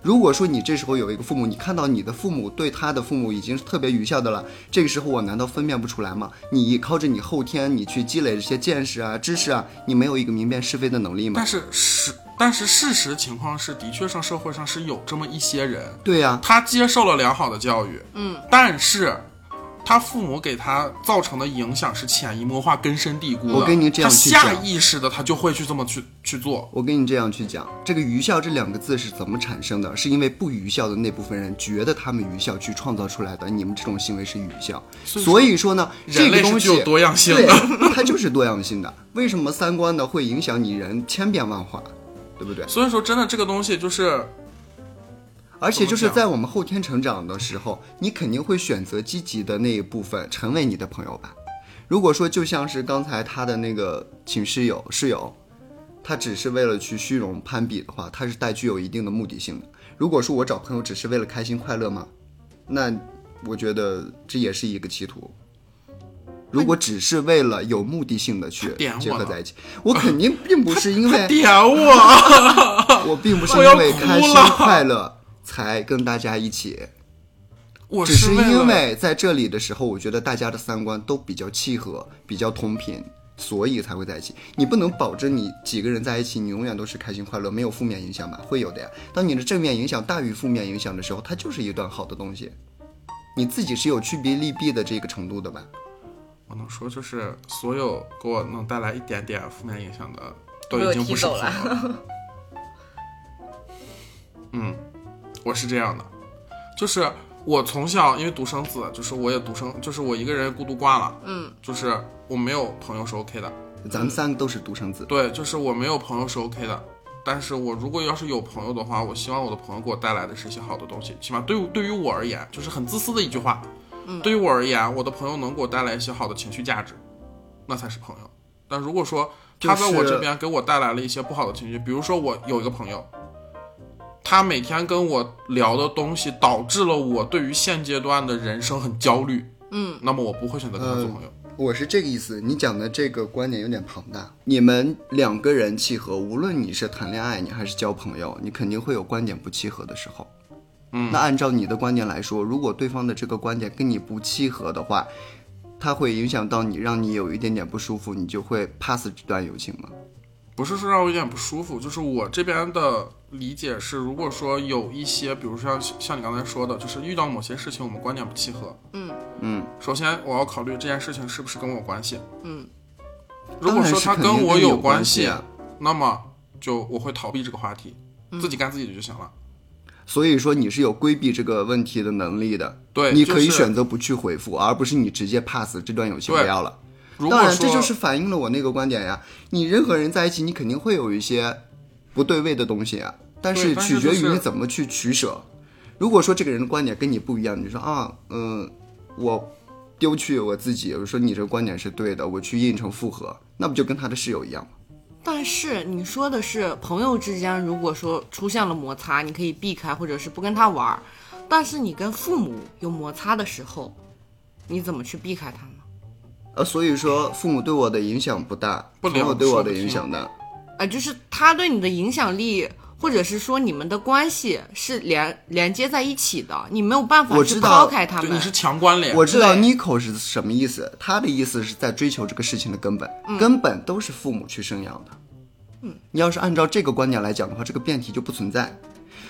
[SPEAKER 1] 如果说你这时候有一个父母，你看到你的父母对他的父母已经是特别愚孝的了，这个时候我难道分辨不出来吗？你靠着你后天你去积累这些见识啊、知识啊，你没有一个明辨是非的能力吗
[SPEAKER 2] 但？是事，但是事实情况是，的确上社会上是有这么一些人，
[SPEAKER 1] 对啊呀、
[SPEAKER 2] 他接受了良好的教育，嗯，但是他父母给他造成的影响是潜移默化、根深蒂固的。
[SPEAKER 1] 我跟你这样
[SPEAKER 2] 他
[SPEAKER 1] 去
[SPEAKER 2] 下
[SPEAKER 1] 讲
[SPEAKER 2] 意识的他就会去这么去去做。
[SPEAKER 1] 我跟你这样去讲，这个“愚孝”这两个字是怎么产生的？是因为不愚孝的那部分人觉得他们愚孝去创造出来的，你们这种行为是愚孝。
[SPEAKER 2] 所以
[SPEAKER 1] 所以说呢，这
[SPEAKER 2] 人
[SPEAKER 1] 个
[SPEAKER 2] 类
[SPEAKER 1] 东
[SPEAKER 2] 是具
[SPEAKER 1] 西
[SPEAKER 2] 有多样性
[SPEAKER 1] 对
[SPEAKER 2] 的，，
[SPEAKER 1] 它就是多样性的。为什么三观呢会影响你人千变万化，对不对？
[SPEAKER 2] 所以说真的这个东西就是
[SPEAKER 1] 而且就是
[SPEAKER 2] 怎么讲
[SPEAKER 1] 在我们后天成长的时候，你肯定会选择积极的那一部分成为你的朋友吧。如果说就像是刚才他的那个寝室友室友，他只是为了去虚荣攀比的话，他是带具有一定的目的性的。如果说我找朋友只是为了开心快乐吗？那我觉得这也是一个歧途。如果只是为了有目的性的去
[SPEAKER 2] 他哎点我
[SPEAKER 1] 结合
[SPEAKER 2] 了
[SPEAKER 1] 在一起，我肯定并不是因为
[SPEAKER 2] 点我，
[SPEAKER 1] 我并不是
[SPEAKER 2] 我要
[SPEAKER 1] 因为
[SPEAKER 2] 哭
[SPEAKER 1] 开心
[SPEAKER 2] 了
[SPEAKER 1] 快乐才跟大家一起，
[SPEAKER 2] 我
[SPEAKER 1] 只是
[SPEAKER 2] 为了
[SPEAKER 1] 因为在这里的时候，我觉得大家的三观都比较契合，比较同频，所以才会在一起。你不能保证你几个人在一起，你永远都是开心快乐，没有负面影响吧？会有的呀。当你的正面影响大于负面影响的时候，它就是一段好的东西。你自己是有趋利利弊的这个程度的吧？
[SPEAKER 2] 我能说就是所有给我能带来一点点负面影响的，都
[SPEAKER 5] 被我
[SPEAKER 2] 已经
[SPEAKER 5] 踢
[SPEAKER 2] 不是
[SPEAKER 5] 走
[SPEAKER 2] 朋友了。 嗯，我是这样的，就是我从小因为独生子，就是我也独生，就是我一个人孤独惯了，
[SPEAKER 5] 嗯，
[SPEAKER 2] 就是我没有朋友是 OK 的，
[SPEAKER 1] 咱们三个都是独生子，
[SPEAKER 2] 对，就是我没有朋友是 OK 的。但是我如果要是有朋友的话，我希望我的朋友给我带来的是一些好的东西，起码对于对于我而言，就是很自私的一句话。嗯，对于我而言，我的朋友能给我带来一些好的情绪价值，那才是朋友。但如果说他在我
[SPEAKER 1] 就是
[SPEAKER 2] 这边给我带来了一些不好的情绪，比如说我有一个朋友，他每天跟我聊的东西，导致了我对于现阶段的人生很焦虑。嗯，那么我不会选择跟他做朋友。
[SPEAKER 1] 我是这个意思。你讲的这个观点有点庞大。你们两个人契合，无论你是谈恋爱，你还是交朋友，你肯定会有观点不契合的时候。
[SPEAKER 2] 嗯
[SPEAKER 1] 那按照你的观点来说，如果对方的这个观点跟你不契合的话，它会影响到你，让你有一点点不舒服，你就会 pass 这段友情吗？
[SPEAKER 2] 不是说让我有点不舒服，就是我这边的理解是，如果说有一些，比如说像像你刚才说的，就是遇到某些事情我们观点不契合，
[SPEAKER 1] 嗯，
[SPEAKER 2] 首先我要考虑这件事情是不是跟我有关系，
[SPEAKER 5] 嗯，
[SPEAKER 2] 如
[SPEAKER 1] 当
[SPEAKER 2] 果
[SPEAKER 1] 然
[SPEAKER 2] 说
[SPEAKER 1] 是
[SPEAKER 2] 它
[SPEAKER 1] 肯定
[SPEAKER 2] 跟我
[SPEAKER 1] 你有
[SPEAKER 2] 关
[SPEAKER 1] 系啊。
[SPEAKER 2] 那么就我会逃避这个话题，
[SPEAKER 1] 嗯
[SPEAKER 2] 自己干自己的就行了。
[SPEAKER 1] 所以说你是有规避这个问题的能力的，
[SPEAKER 2] 对
[SPEAKER 1] 你可以
[SPEAKER 2] 就是
[SPEAKER 1] 选择不去回复，而不是你直接 pass 这段友情
[SPEAKER 2] 对
[SPEAKER 1] 不要了。
[SPEAKER 2] 如果
[SPEAKER 1] 当然，
[SPEAKER 2] 说
[SPEAKER 1] 这就是反映了我那个观点呀。你任何人在一起，你肯定会有一些不对位的东西啊，但
[SPEAKER 2] 对
[SPEAKER 1] 是
[SPEAKER 2] 但是
[SPEAKER 1] 取决
[SPEAKER 2] 就
[SPEAKER 1] 于
[SPEAKER 2] 是
[SPEAKER 1] 你怎么去取舍。如果说这个人的观点跟你不一样，你说啊，嗯，我丢去我自己，我说你这个观点是对的，我去印成复合，那不就跟他的室友一样吗？
[SPEAKER 3] 但是你说的是朋友之间，如果说出现了摩擦，你可以避开，或者是不跟他玩儿。但是你跟父母有摩擦的时候，你怎么去避开他呢？
[SPEAKER 1] 呃，所以说父母对我的影响不大，
[SPEAKER 2] 不
[SPEAKER 1] 朋
[SPEAKER 2] 聊
[SPEAKER 1] 友对
[SPEAKER 2] 说
[SPEAKER 1] 我
[SPEAKER 2] 不
[SPEAKER 1] 的影
[SPEAKER 2] 听
[SPEAKER 1] 响大。
[SPEAKER 3] 啊，就是他对你的影响力，或者是说你们的关系是连连接在一起的，你没有办法
[SPEAKER 1] 我
[SPEAKER 3] 去
[SPEAKER 1] 知道
[SPEAKER 3] 抛开他
[SPEAKER 2] 对
[SPEAKER 3] 们
[SPEAKER 2] 你。是强关联，
[SPEAKER 1] 我知道
[SPEAKER 3] 对
[SPEAKER 1] Nico 是什么意思，他的意思是在追求这个事情的根本，根本都是父母去生养的。嗯，你要是按照这个观点来讲的话，这个辩题就不存在。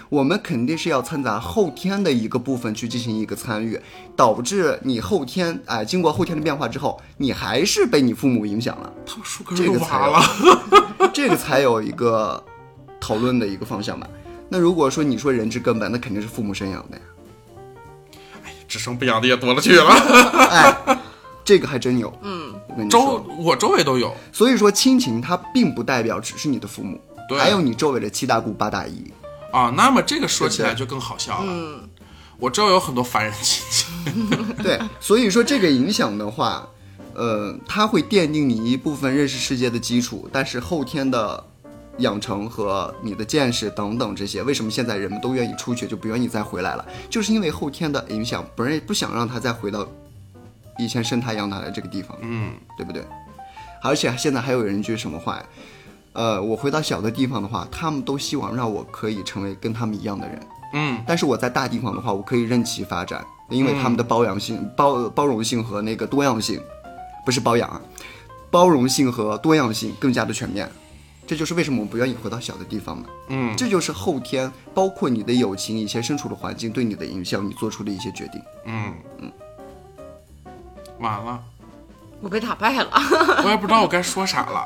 [SPEAKER 1] 我们肯定是要掺杂后天的一个部分去进行一个参与，导致你后天哎、经过后天的变化之后，你还是被你父母影响了，
[SPEAKER 2] 他们树根
[SPEAKER 1] 这
[SPEAKER 2] 儿
[SPEAKER 1] 个才
[SPEAKER 2] 娃
[SPEAKER 1] 有
[SPEAKER 2] 了。
[SPEAKER 1] 这个才有一个讨论的一个方向吧。那如果说你说人之根本，那肯定是父母生养的呀。
[SPEAKER 2] 只生不养的也多了去了，
[SPEAKER 1] 哎，这个还真有。嗯，我跟你说。
[SPEAKER 2] 周我周围都有。
[SPEAKER 1] 所以说，亲情它并不代表只是你的父母，
[SPEAKER 2] 对
[SPEAKER 1] 还有你周围的七大姑八大姨。
[SPEAKER 2] 啊，那么这个说
[SPEAKER 1] 对不
[SPEAKER 2] 起来
[SPEAKER 1] 对
[SPEAKER 2] 就更好笑了。
[SPEAKER 1] 嗯
[SPEAKER 2] 我周围有很多烦人亲戚，
[SPEAKER 1] 对，所以说这个影响的话，呃，它会奠定你一部分认识世界的基础，但是后天的养成和你的见识等等这些，为什么现在人们都愿意出去，就不愿意再回来了？就是因为后天的影响，不是不想让他再回到以前生他养他的这个地方，
[SPEAKER 2] 嗯，
[SPEAKER 1] 对不对？而且现在还有人一句什么话呀？呃，我回到小的地方的话，他们都希望让我可以成为跟他们一样的人。
[SPEAKER 2] 嗯，
[SPEAKER 1] 但是我在大地方的话，我可以任其发展，因为他们的包养性、包包容性和那个多样性，不是包养啊，包容性和多样性更加的全面。这就是为什么我们不愿意回到小的地方嘛。
[SPEAKER 2] 嗯，
[SPEAKER 1] 这就是后天包括你的友情、以前身处的环境对你的影响，你做出的一些决定。
[SPEAKER 2] 嗯完了，
[SPEAKER 5] 我被打败 了。
[SPEAKER 2] 我也不知道我该说啥了。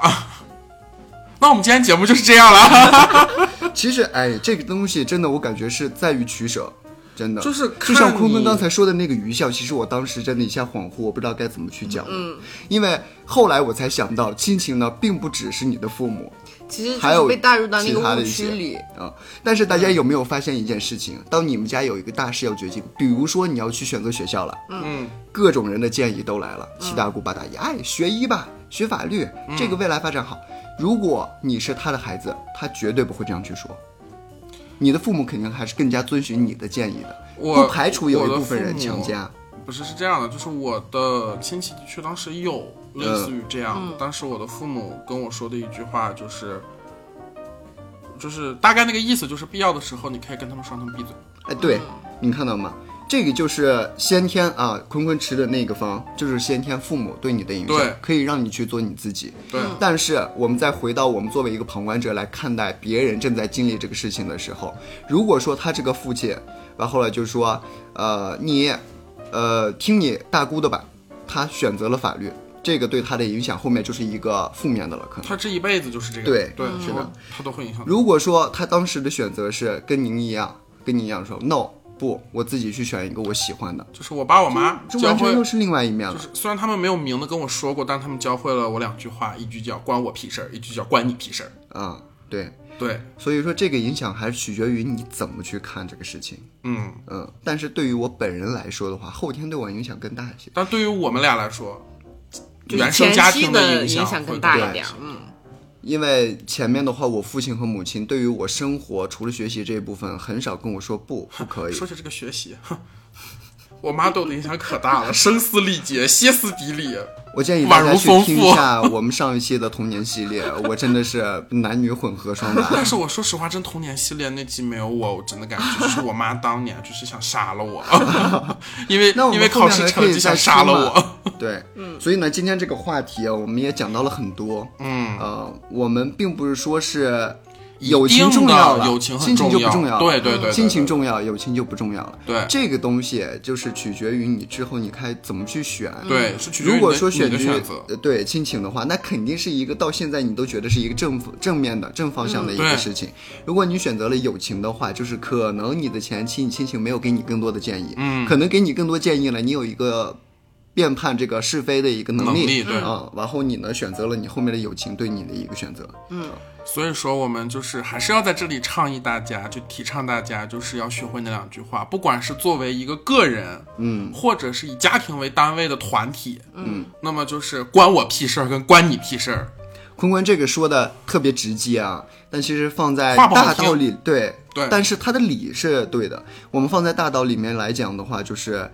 [SPEAKER 2] 那我们今天节目就是这样了，
[SPEAKER 1] 其实，哎，这个东西真的，我感觉是在于取舍，真的。
[SPEAKER 2] 就是
[SPEAKER 1] 就像
[SPEAKER 2] 看
[SPEAKER 1] 坤坤
[SPEAKER 2] 你
[SPEAKER 1] 刚才说的那个愚孝，其实我当时真的一下恍惚，我不知道该怎么去讲。嗯，因为后来我才想到，亲情呢，并不只是你的父母
[SPEAKER 5] 其实
[SPEAKER 1] 还
[SPEAKER 5] 就
[SPEAKER 1] 有
[SPEAKER 5] 是被带入到那
[SPEAKER 1] 其他
[SPEAKER 5] 个
[SPEAKER 1] 的
[SPEAKER 5] 误
[SPEAKER 1] 一些
[SPEAKER 5] 区里，
[SPEAKER 1] 啊。但是大家有没有发现一件事情？当你们家有一个大事要决定，比如说你要去选择学校了，
[SPEAKER 2] 嗯，
[SPEAKER 1] 各种人的建议都来了，七大姑八大姨，哎，学医吧，学法律，
[SPEAKER 2] 嗯
[SPEAKER 1] 这个未来发展好。如果你是他的孩子，他绝对不会这样去说。你的父母肯定还是更加遵循你的建议的，
[SPEAKER 2] 我
[SPEAKER 1] 不排除有一部分人强。
[SPEAKER 2] 我的父母
[SPEAKER 1] 加。
[SPEAKER 2] 不是是这样的，就是我的亲戚地区当时有类似于这样
[SPEAKER 1] 嗯
[SPEAKER 2] 的，当时我的父母跟我说的一句话就是，就是大概那个意思就是必要的时候你可以跟他们说他们闭嘴。
[SPEAKER 1] 哎，对，
[SPEAKER 2] 嗯
[SPEAKER 1] 你看到吗？这个就是先天啊，坤坤吃的那个方，就是先天父母对你的影响
[SPEAKER 2] 对，
[SPEAKER 1] 可以让你去做你自己。
[SPEAKER 2] 对，
[SPEAKER 1] 但是我们再回到我们作为一个旁观者来看待别人正在经历这个事情的时候，如果说他这个父亲，然后呢就说，呃，你，呃，听你大姑的吧，他选择了法律，这个对他的影响后面就是一个负面的了，可能。
[SPEAKER 2] 他这一辈子就是这个，
[SPEAKER 1] 对嗯
[SPEAKER 2] 对，
[SPEAKER 1] 是的，
[SPEAKER 2] 他都会影响。
[SPEAKER 1] 如果说他当时的选择是跟您一样，跟您一样说 no 不，我自己去选一个我喜欢的，
[SPEAKER 2] 就是我爸我妈
[SPEAKER 1] 这
[SPEAKER 2] 教
[SPEAKER 1] 完全
[SPEAKER 2] 会
[SPEAKER 1] 又，是另外一面了
[SPEAKER 2] 就。是虽然他们没有明的跟我说过，但他们教会了我两句话，一句叫关我屁事儿，一句叫关你屁事儿。
[SPEAKER 1] 啊、对，
[SPEAKER 2] 对，
[SPEAKER 1] 所以说这个影响还是取决于你怎么去看这个事情。
[SPEAKER 2] 嗯，
[SPEAKER 1] 嗯，但是对于我本人来说的话，后天对我影响更大一些。
[SPEAKER 2] 但对于我们俩来说，
[SPEAKER 5] 就是
[SPEAKER 2] 原生家
[SPEAKER 5] 前
[SPEAKER 2] 庭
[SPEAKER 5] 期的
[SPEAKER 2] 影
[SPEAKER 5] 响
[SPEAKER 2] 会
[SPEAKER 5] 更大
[SPEAKER 2] 对
[SPEAKER 5] 一点。嗯，
[SPEAKER 1] 因为前面的话，我父亲和母亲对于我生活除了学习这一部分，很少跟我说不，不可以。
[SPEAKER 2] 说起这个学习， 哼，我妈对我的影响可大了，声嘶力竭，歇斯底里。
[SPEAKER 1] 我建议大
[SPEAKER 2] 宛
[SPEAKER 1] 家
[SPEAKER 2] 如
[SPEAKER 1] 去
[SPEAKER 2] 丰
[SPEAKER 1] 听
[SPEAKER 2] 富
[SPEAKER 1] 一下我们上一期的童年系列，我真的是男女混合双打
[SPEAKER 2] 但。是我说实话，真童年系列那集没有我，我真的感觉就是我妈当年就是想杀了 我，因为
[SPEAKER 1] 那我
[SPEAKER 2] 因
[SPEAKER 1] 们
[SPEAKER 2] 为
[SPEAKER 1] 后
[SPEAKER 2] 考
[SPEAKER 1] 面
[SPEAKER 2] 试
[SPEAKER 1] 还可
[SPEAKER 2] 成
[SPEAKER 1] 以
[SPEAKER 2] 绩
[SPEAKER 1] 再
[SPEAKER 2] 想杀
[SPEAKER 1] 说
[SPEAKER 2] 了
[SPEAKER 1] 嘛
[SPEAKER 2] 我。
[SPEAKER 1] 对，嗯，所以呢，今天这个话题啊，我们也讲到了很多。嗯，呃，我们并不是说是友情重要了，
[SPEAKER 2] 友情很
[SPEAKER 1] 亲情就
[SPEAKER 2] 重
[SPEAKER 1] 不重
[SPEAKER 2] 要
[SPEAKER 1] 要了。
[SPEAKER 2] 对对对对
[SPEAKER 1] 亲情重要，友情就不重要了。
[SPEAKER 2] 对
[SPEAKER 1] 这个东西就是取决于你之后你看怎么去选。。
[SPEAKER 2] 嗯对，是取决于
[SPEAKER 1] 如
[SPEAKER 2] 你
[SPEAKER 1] 果
[SPEAKER 2] 的
[SPEAKER 1] 说选
[SPEAKER 2] 你的
[SPEAKER 1] 举
[SPEAKER 2] 选择，
[SPEAKER 1] 呃对亲情的话，那肯定是一个到现在你都觉得是一个正正面的正方向的一
[SPEAKER 2] 嗯对
[SPEAKER 1] 个事情。如果你选择了友情的话，就是可能你的前妻、你亲情没有给你更多的建议，嗯，可能给你更多建议了，你有一个辨判这个是非的一个能
[SPEAKER 2] 能力对
[SPEAKER 1] 啊、然后你呢选择了你后面的友情对你的一个选择，
[SPEAKER 2] 所以说我们就是还是要在这里倡议大家，就提倡大家就是要学会那两句话，不管是作为一个个人，嗯，或者是以家庭为单位的团体，嗯，那么就是关我屁事儿跟关你屁事儿，
[SPEAKER 1] 坤坤这个说的特别直接啊，但其实放在
[SPEAKER 2] 话不好
[SPEAKER 1] 大
[SPEAKER 2] 听
[SPEAKER 1] 道理对
[SPEAKER 2] 对
[SPEAKER 1] 但是他的理是对的。我们放在大道里面来讲的话，就是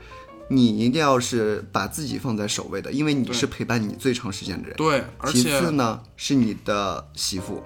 [SPEAKER 1] 你一定要是把自己放在首位的，因为你是陪伴你最长时间的人。
[SPEAKER 2] 对，而
[SPEAKER 1] 其
[SPEAKER 2] 且
[SPEAKER 1] 次呢是你的媳妇，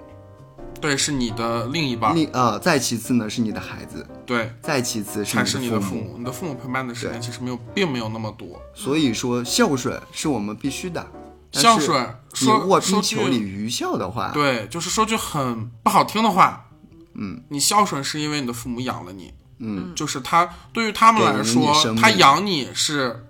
[SPEAKER 2] 对是你的另一半，
[SPEAKER 1] 另呃再其次呢是你的孩子，
[SPEAKER 2] 对，
[SPEAKER 1] 再其次是
[SPEAKER 2] 才是你
[SPEAKER 1] 你的
[SPEAKER 2] 的
[SPEAKER 1] 父
[SPEAKER 2] 父
[SPEAKER 1] 母。
[SPEAKER 2] 母，你的父母陪伴的时间
[SPEAKER 1] 对
[SPEAKER 2] 其实没有，并没有那么多。
[SPEAKER 1] 所以说孝顺是我们必须的。但是
[SPEAKER 2] 孝顺
[SPEAKER 1] 你
[SPEAKER 2] 说
[SPEAKER 1] 卧
[SPEAKER 2] 说
[SPEAKER 1] 冰
[SPEAKER 2] 句
[SPEAKER 1] 求鲤于孝的话，
[SPEAKER 2] 对，就是说句很不好听的话，嗯，你孝顺是因为你的父母养了你，嗯，就是他对于他们来
[SPEAKER 1] 给了
[SPEAKER 2] 说
[SPEAKER 1] 你生，命
[SPEAKER 2] 他养你是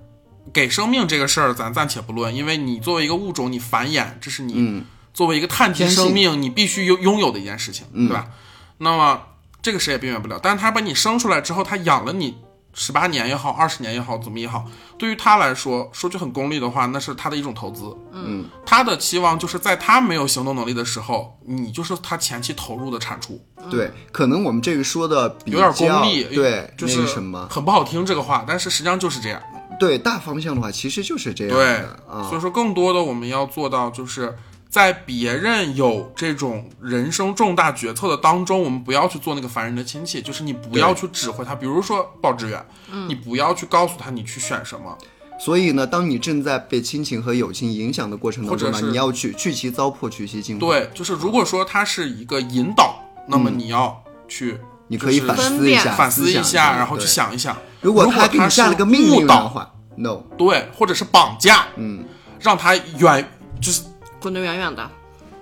[SPEAKER 2] 给生命这个事儿，咱暂且不论，因为你作为一个物种，你繁衍，这是你、
[SPEAKER 1] 嗯
[SPEAKER 2] 作为一个探及
[SPEAKER 1] 天性
[SPEAKER 2] 生命，你必须拥拥有的一件事情，
[SPEAKER 1] 嗯
[SPEAKER 2] 对吧？那么这个谁也避免不了，但是他把你生出来之后，他养了你。十八年也好，二十年也好，怎么也好，对于他来说，说句很功利的话，那是他的一种投资。
[SPEAKER 1] 嗯
[SPEAKER 2] 他的期望就是在他没有行动能力的时候，你就是他前期投入的产出，
[SPEAKER 1] 对，可能我们这个说的比较
[SPEAKER 2] 有点功利，
[SPEAKER 1] 对，
[SPEAKER 2] 就
[SPEAKER 1] 那
[SPEAKER 2] 是
[SPEAKER 1] 个什么，
[SPEAKER 2] 很不好听这个话，但是实际上就是这样。
[SPEAKER 1] 对大方向的话，其实就是这样
[SPEAKER 2] 对
[SPEAKER 1] 的，啊
[SPEAKER 2] 所。以说更多的我们要做到就是。在别人有这种人生重大决策的当中，我们不要去做那个烦人的亲戚，就是你不要去指挥他。比如说报志愿，你不要去告诉他你去选什么，
[SPEAKER 1] 所以呢，当你正在被亲情和友情影响的过程当中
[SPEAKER 2] 或
[SPEAKER 1] 呢，
[SPEAKER 2] 者是
[SPEAKER 1] 你要去去其糟粕，去其精华。，
[SPEAKER 2] 对，就是如果说它是一个引导，那么你要去
[SPEAKER 1] 你可以
[SPEAKER 2] 就是
[SPEAKER 1] 反思
[SPEAKER 5] 分
[SPEAKER 1] 一
[SPEAKER 5] 辨
[SPEAKER 1] 下，
[SPEAKER 2] 反思一
[SPEAKER 1] 想
[SPEAKER 2] 下，然后
[SPEAKER 1] 对
[SPEAKER 2] 去。想一想，
[SPEAKER 1] 如果他
[SPEAKER 2] 他
[SPEAKER 1] 给你下了个
[SPEAKER 2] 是
[SPEAKER 1] 命令
[SPEAKER 2] 误
[SPEAKER 1] 的
[SPEAKER 2] 导，
[SPEAKER 1] 话，no，
[SPEAKER 2] 对，或者是绑架，嗯，让他远就是
[SPEAKER 5] 滚得远远的。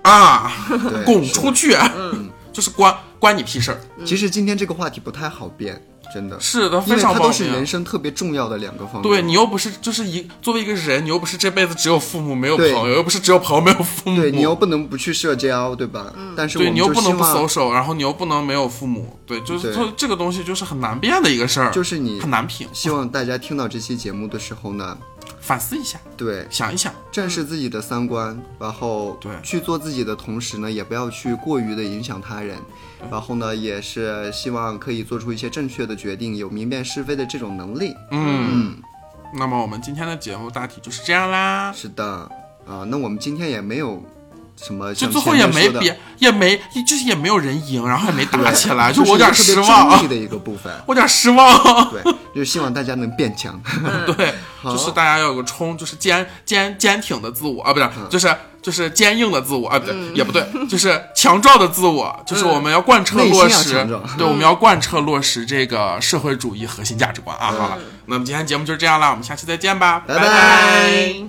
[SPEAKER 2] 啊，
[SPEAKER 1] 对嗯
[SPEAKER 2] 滚出去， 就是关关你屁事儿，
[SPEAKER 1] 其实今天这个话题不太好变，真的，
[SPEAKER 2] 是的，
[SPEAKER 1] 因
[SPEAKER 2] 非
[SPEAKER 1] 为
[SPEAKER 2] 常
[SPEAKER 1] 它
[SPEAKER 2] 保
[SPEAKER 1] 都是人
[SPEAKER 2] 命。
[SPEAKER 1] 生特别重要的两个方面。
[SPEAKER 2] 对你又不是就是一作为一个人，你又不是这辈子只有父母没有朋
[SPEAKER 1] 对
[SPEAKER 2] 友，又不是只有朋友没有父母，
[SPEAKER 1] 对你又不能不去社交，对吧？但是我
[SPEAKER 2] 对
[SPEAKER 1] 们
[SPEAKER 2] 你又
[SPEAKER 1] 就
[SPEAKER 2] 不
[SPEAKER 1] 希
[SPEAKER 2] 能不
[SPEAKER 1] 望
[SPEAKER 2] social，然后你又不能没有父母，对，就是
[SPEAKER 1] 对
[SPEAKER 2] 说这个东西就是很难变的一个事儿，
[SPEAKER 1] 就是你
[SPEAKER 2] 很难评，
[SPEAKER 1] 希望大家听到这期节目的时候呢，
[SPEAKER 2] 反思一下，
[SPEAKER 1] 对，
[SPEAKER 2] 想一想，
[SPEAKER 1] 正视自己的三观，然后
[SPEAKER 2] 嗯对
[SPEAKER 1] 去做自己的同时呢，也不要去过于的影响他人，然后呢，也是希望可以做出一些正确的决定，有明辨是非的这种能力。
[SPEAKER 2] 嗯，那么我们今天的节目大体就是这样啦。
[SPEAKER 1] 是的，啊、那我们今天也没有什么
[SPEAKER 2] 就
[SPEAKER 1] 像
[SPEAKER 2] 最后
[SPEAKER 1] 前
[SPEAKER 2] 也
[SPEAKER 1] 面
[SPEAKER 2] 没
[SPEAKER 1] 说的
[SPEAKER 2] 别也没就是也没有人赢，然后也没 打啊起 来，
[SPEAKER 1] 就
[SPEAKER 2] 我有点失
[SPEAKER 1] 是一个特别
[SPEAKER 2] 望啊
[SPEAKER 1] 争议，的一个部 分。
[SPEAKER 2] 我有点失望。
[SPEAKER 1] 对，就是希望大家能变强。
[SPEAKER 2] 对，就是大家要有个冲，就是坚坚坚挺的自我啊，不是，
[SPEAKER 1] 嗯
[SPEAKER 2] 就是就是坚硬的自我啊，不对，也不对，就是强壮的自我，就是我们要贯
[SPEAKER 1] 嗯
[SPEAKER 2] 彻
[SPEAKER 1] 内心
[SPEAKER 2] 落
[SPEAKER 1] 要
[SPEAKER 2] 实
[SPEAKER 1] 强壮，
[SPEAKER 2] 对，我们要贯彻落实这个社会主义核心价值观啊。好了，那么今天节目就是这样啦，我们下期再见吧，
[SPEAKER 1] 嗯拜拜
[SPEAKER 5] 拜。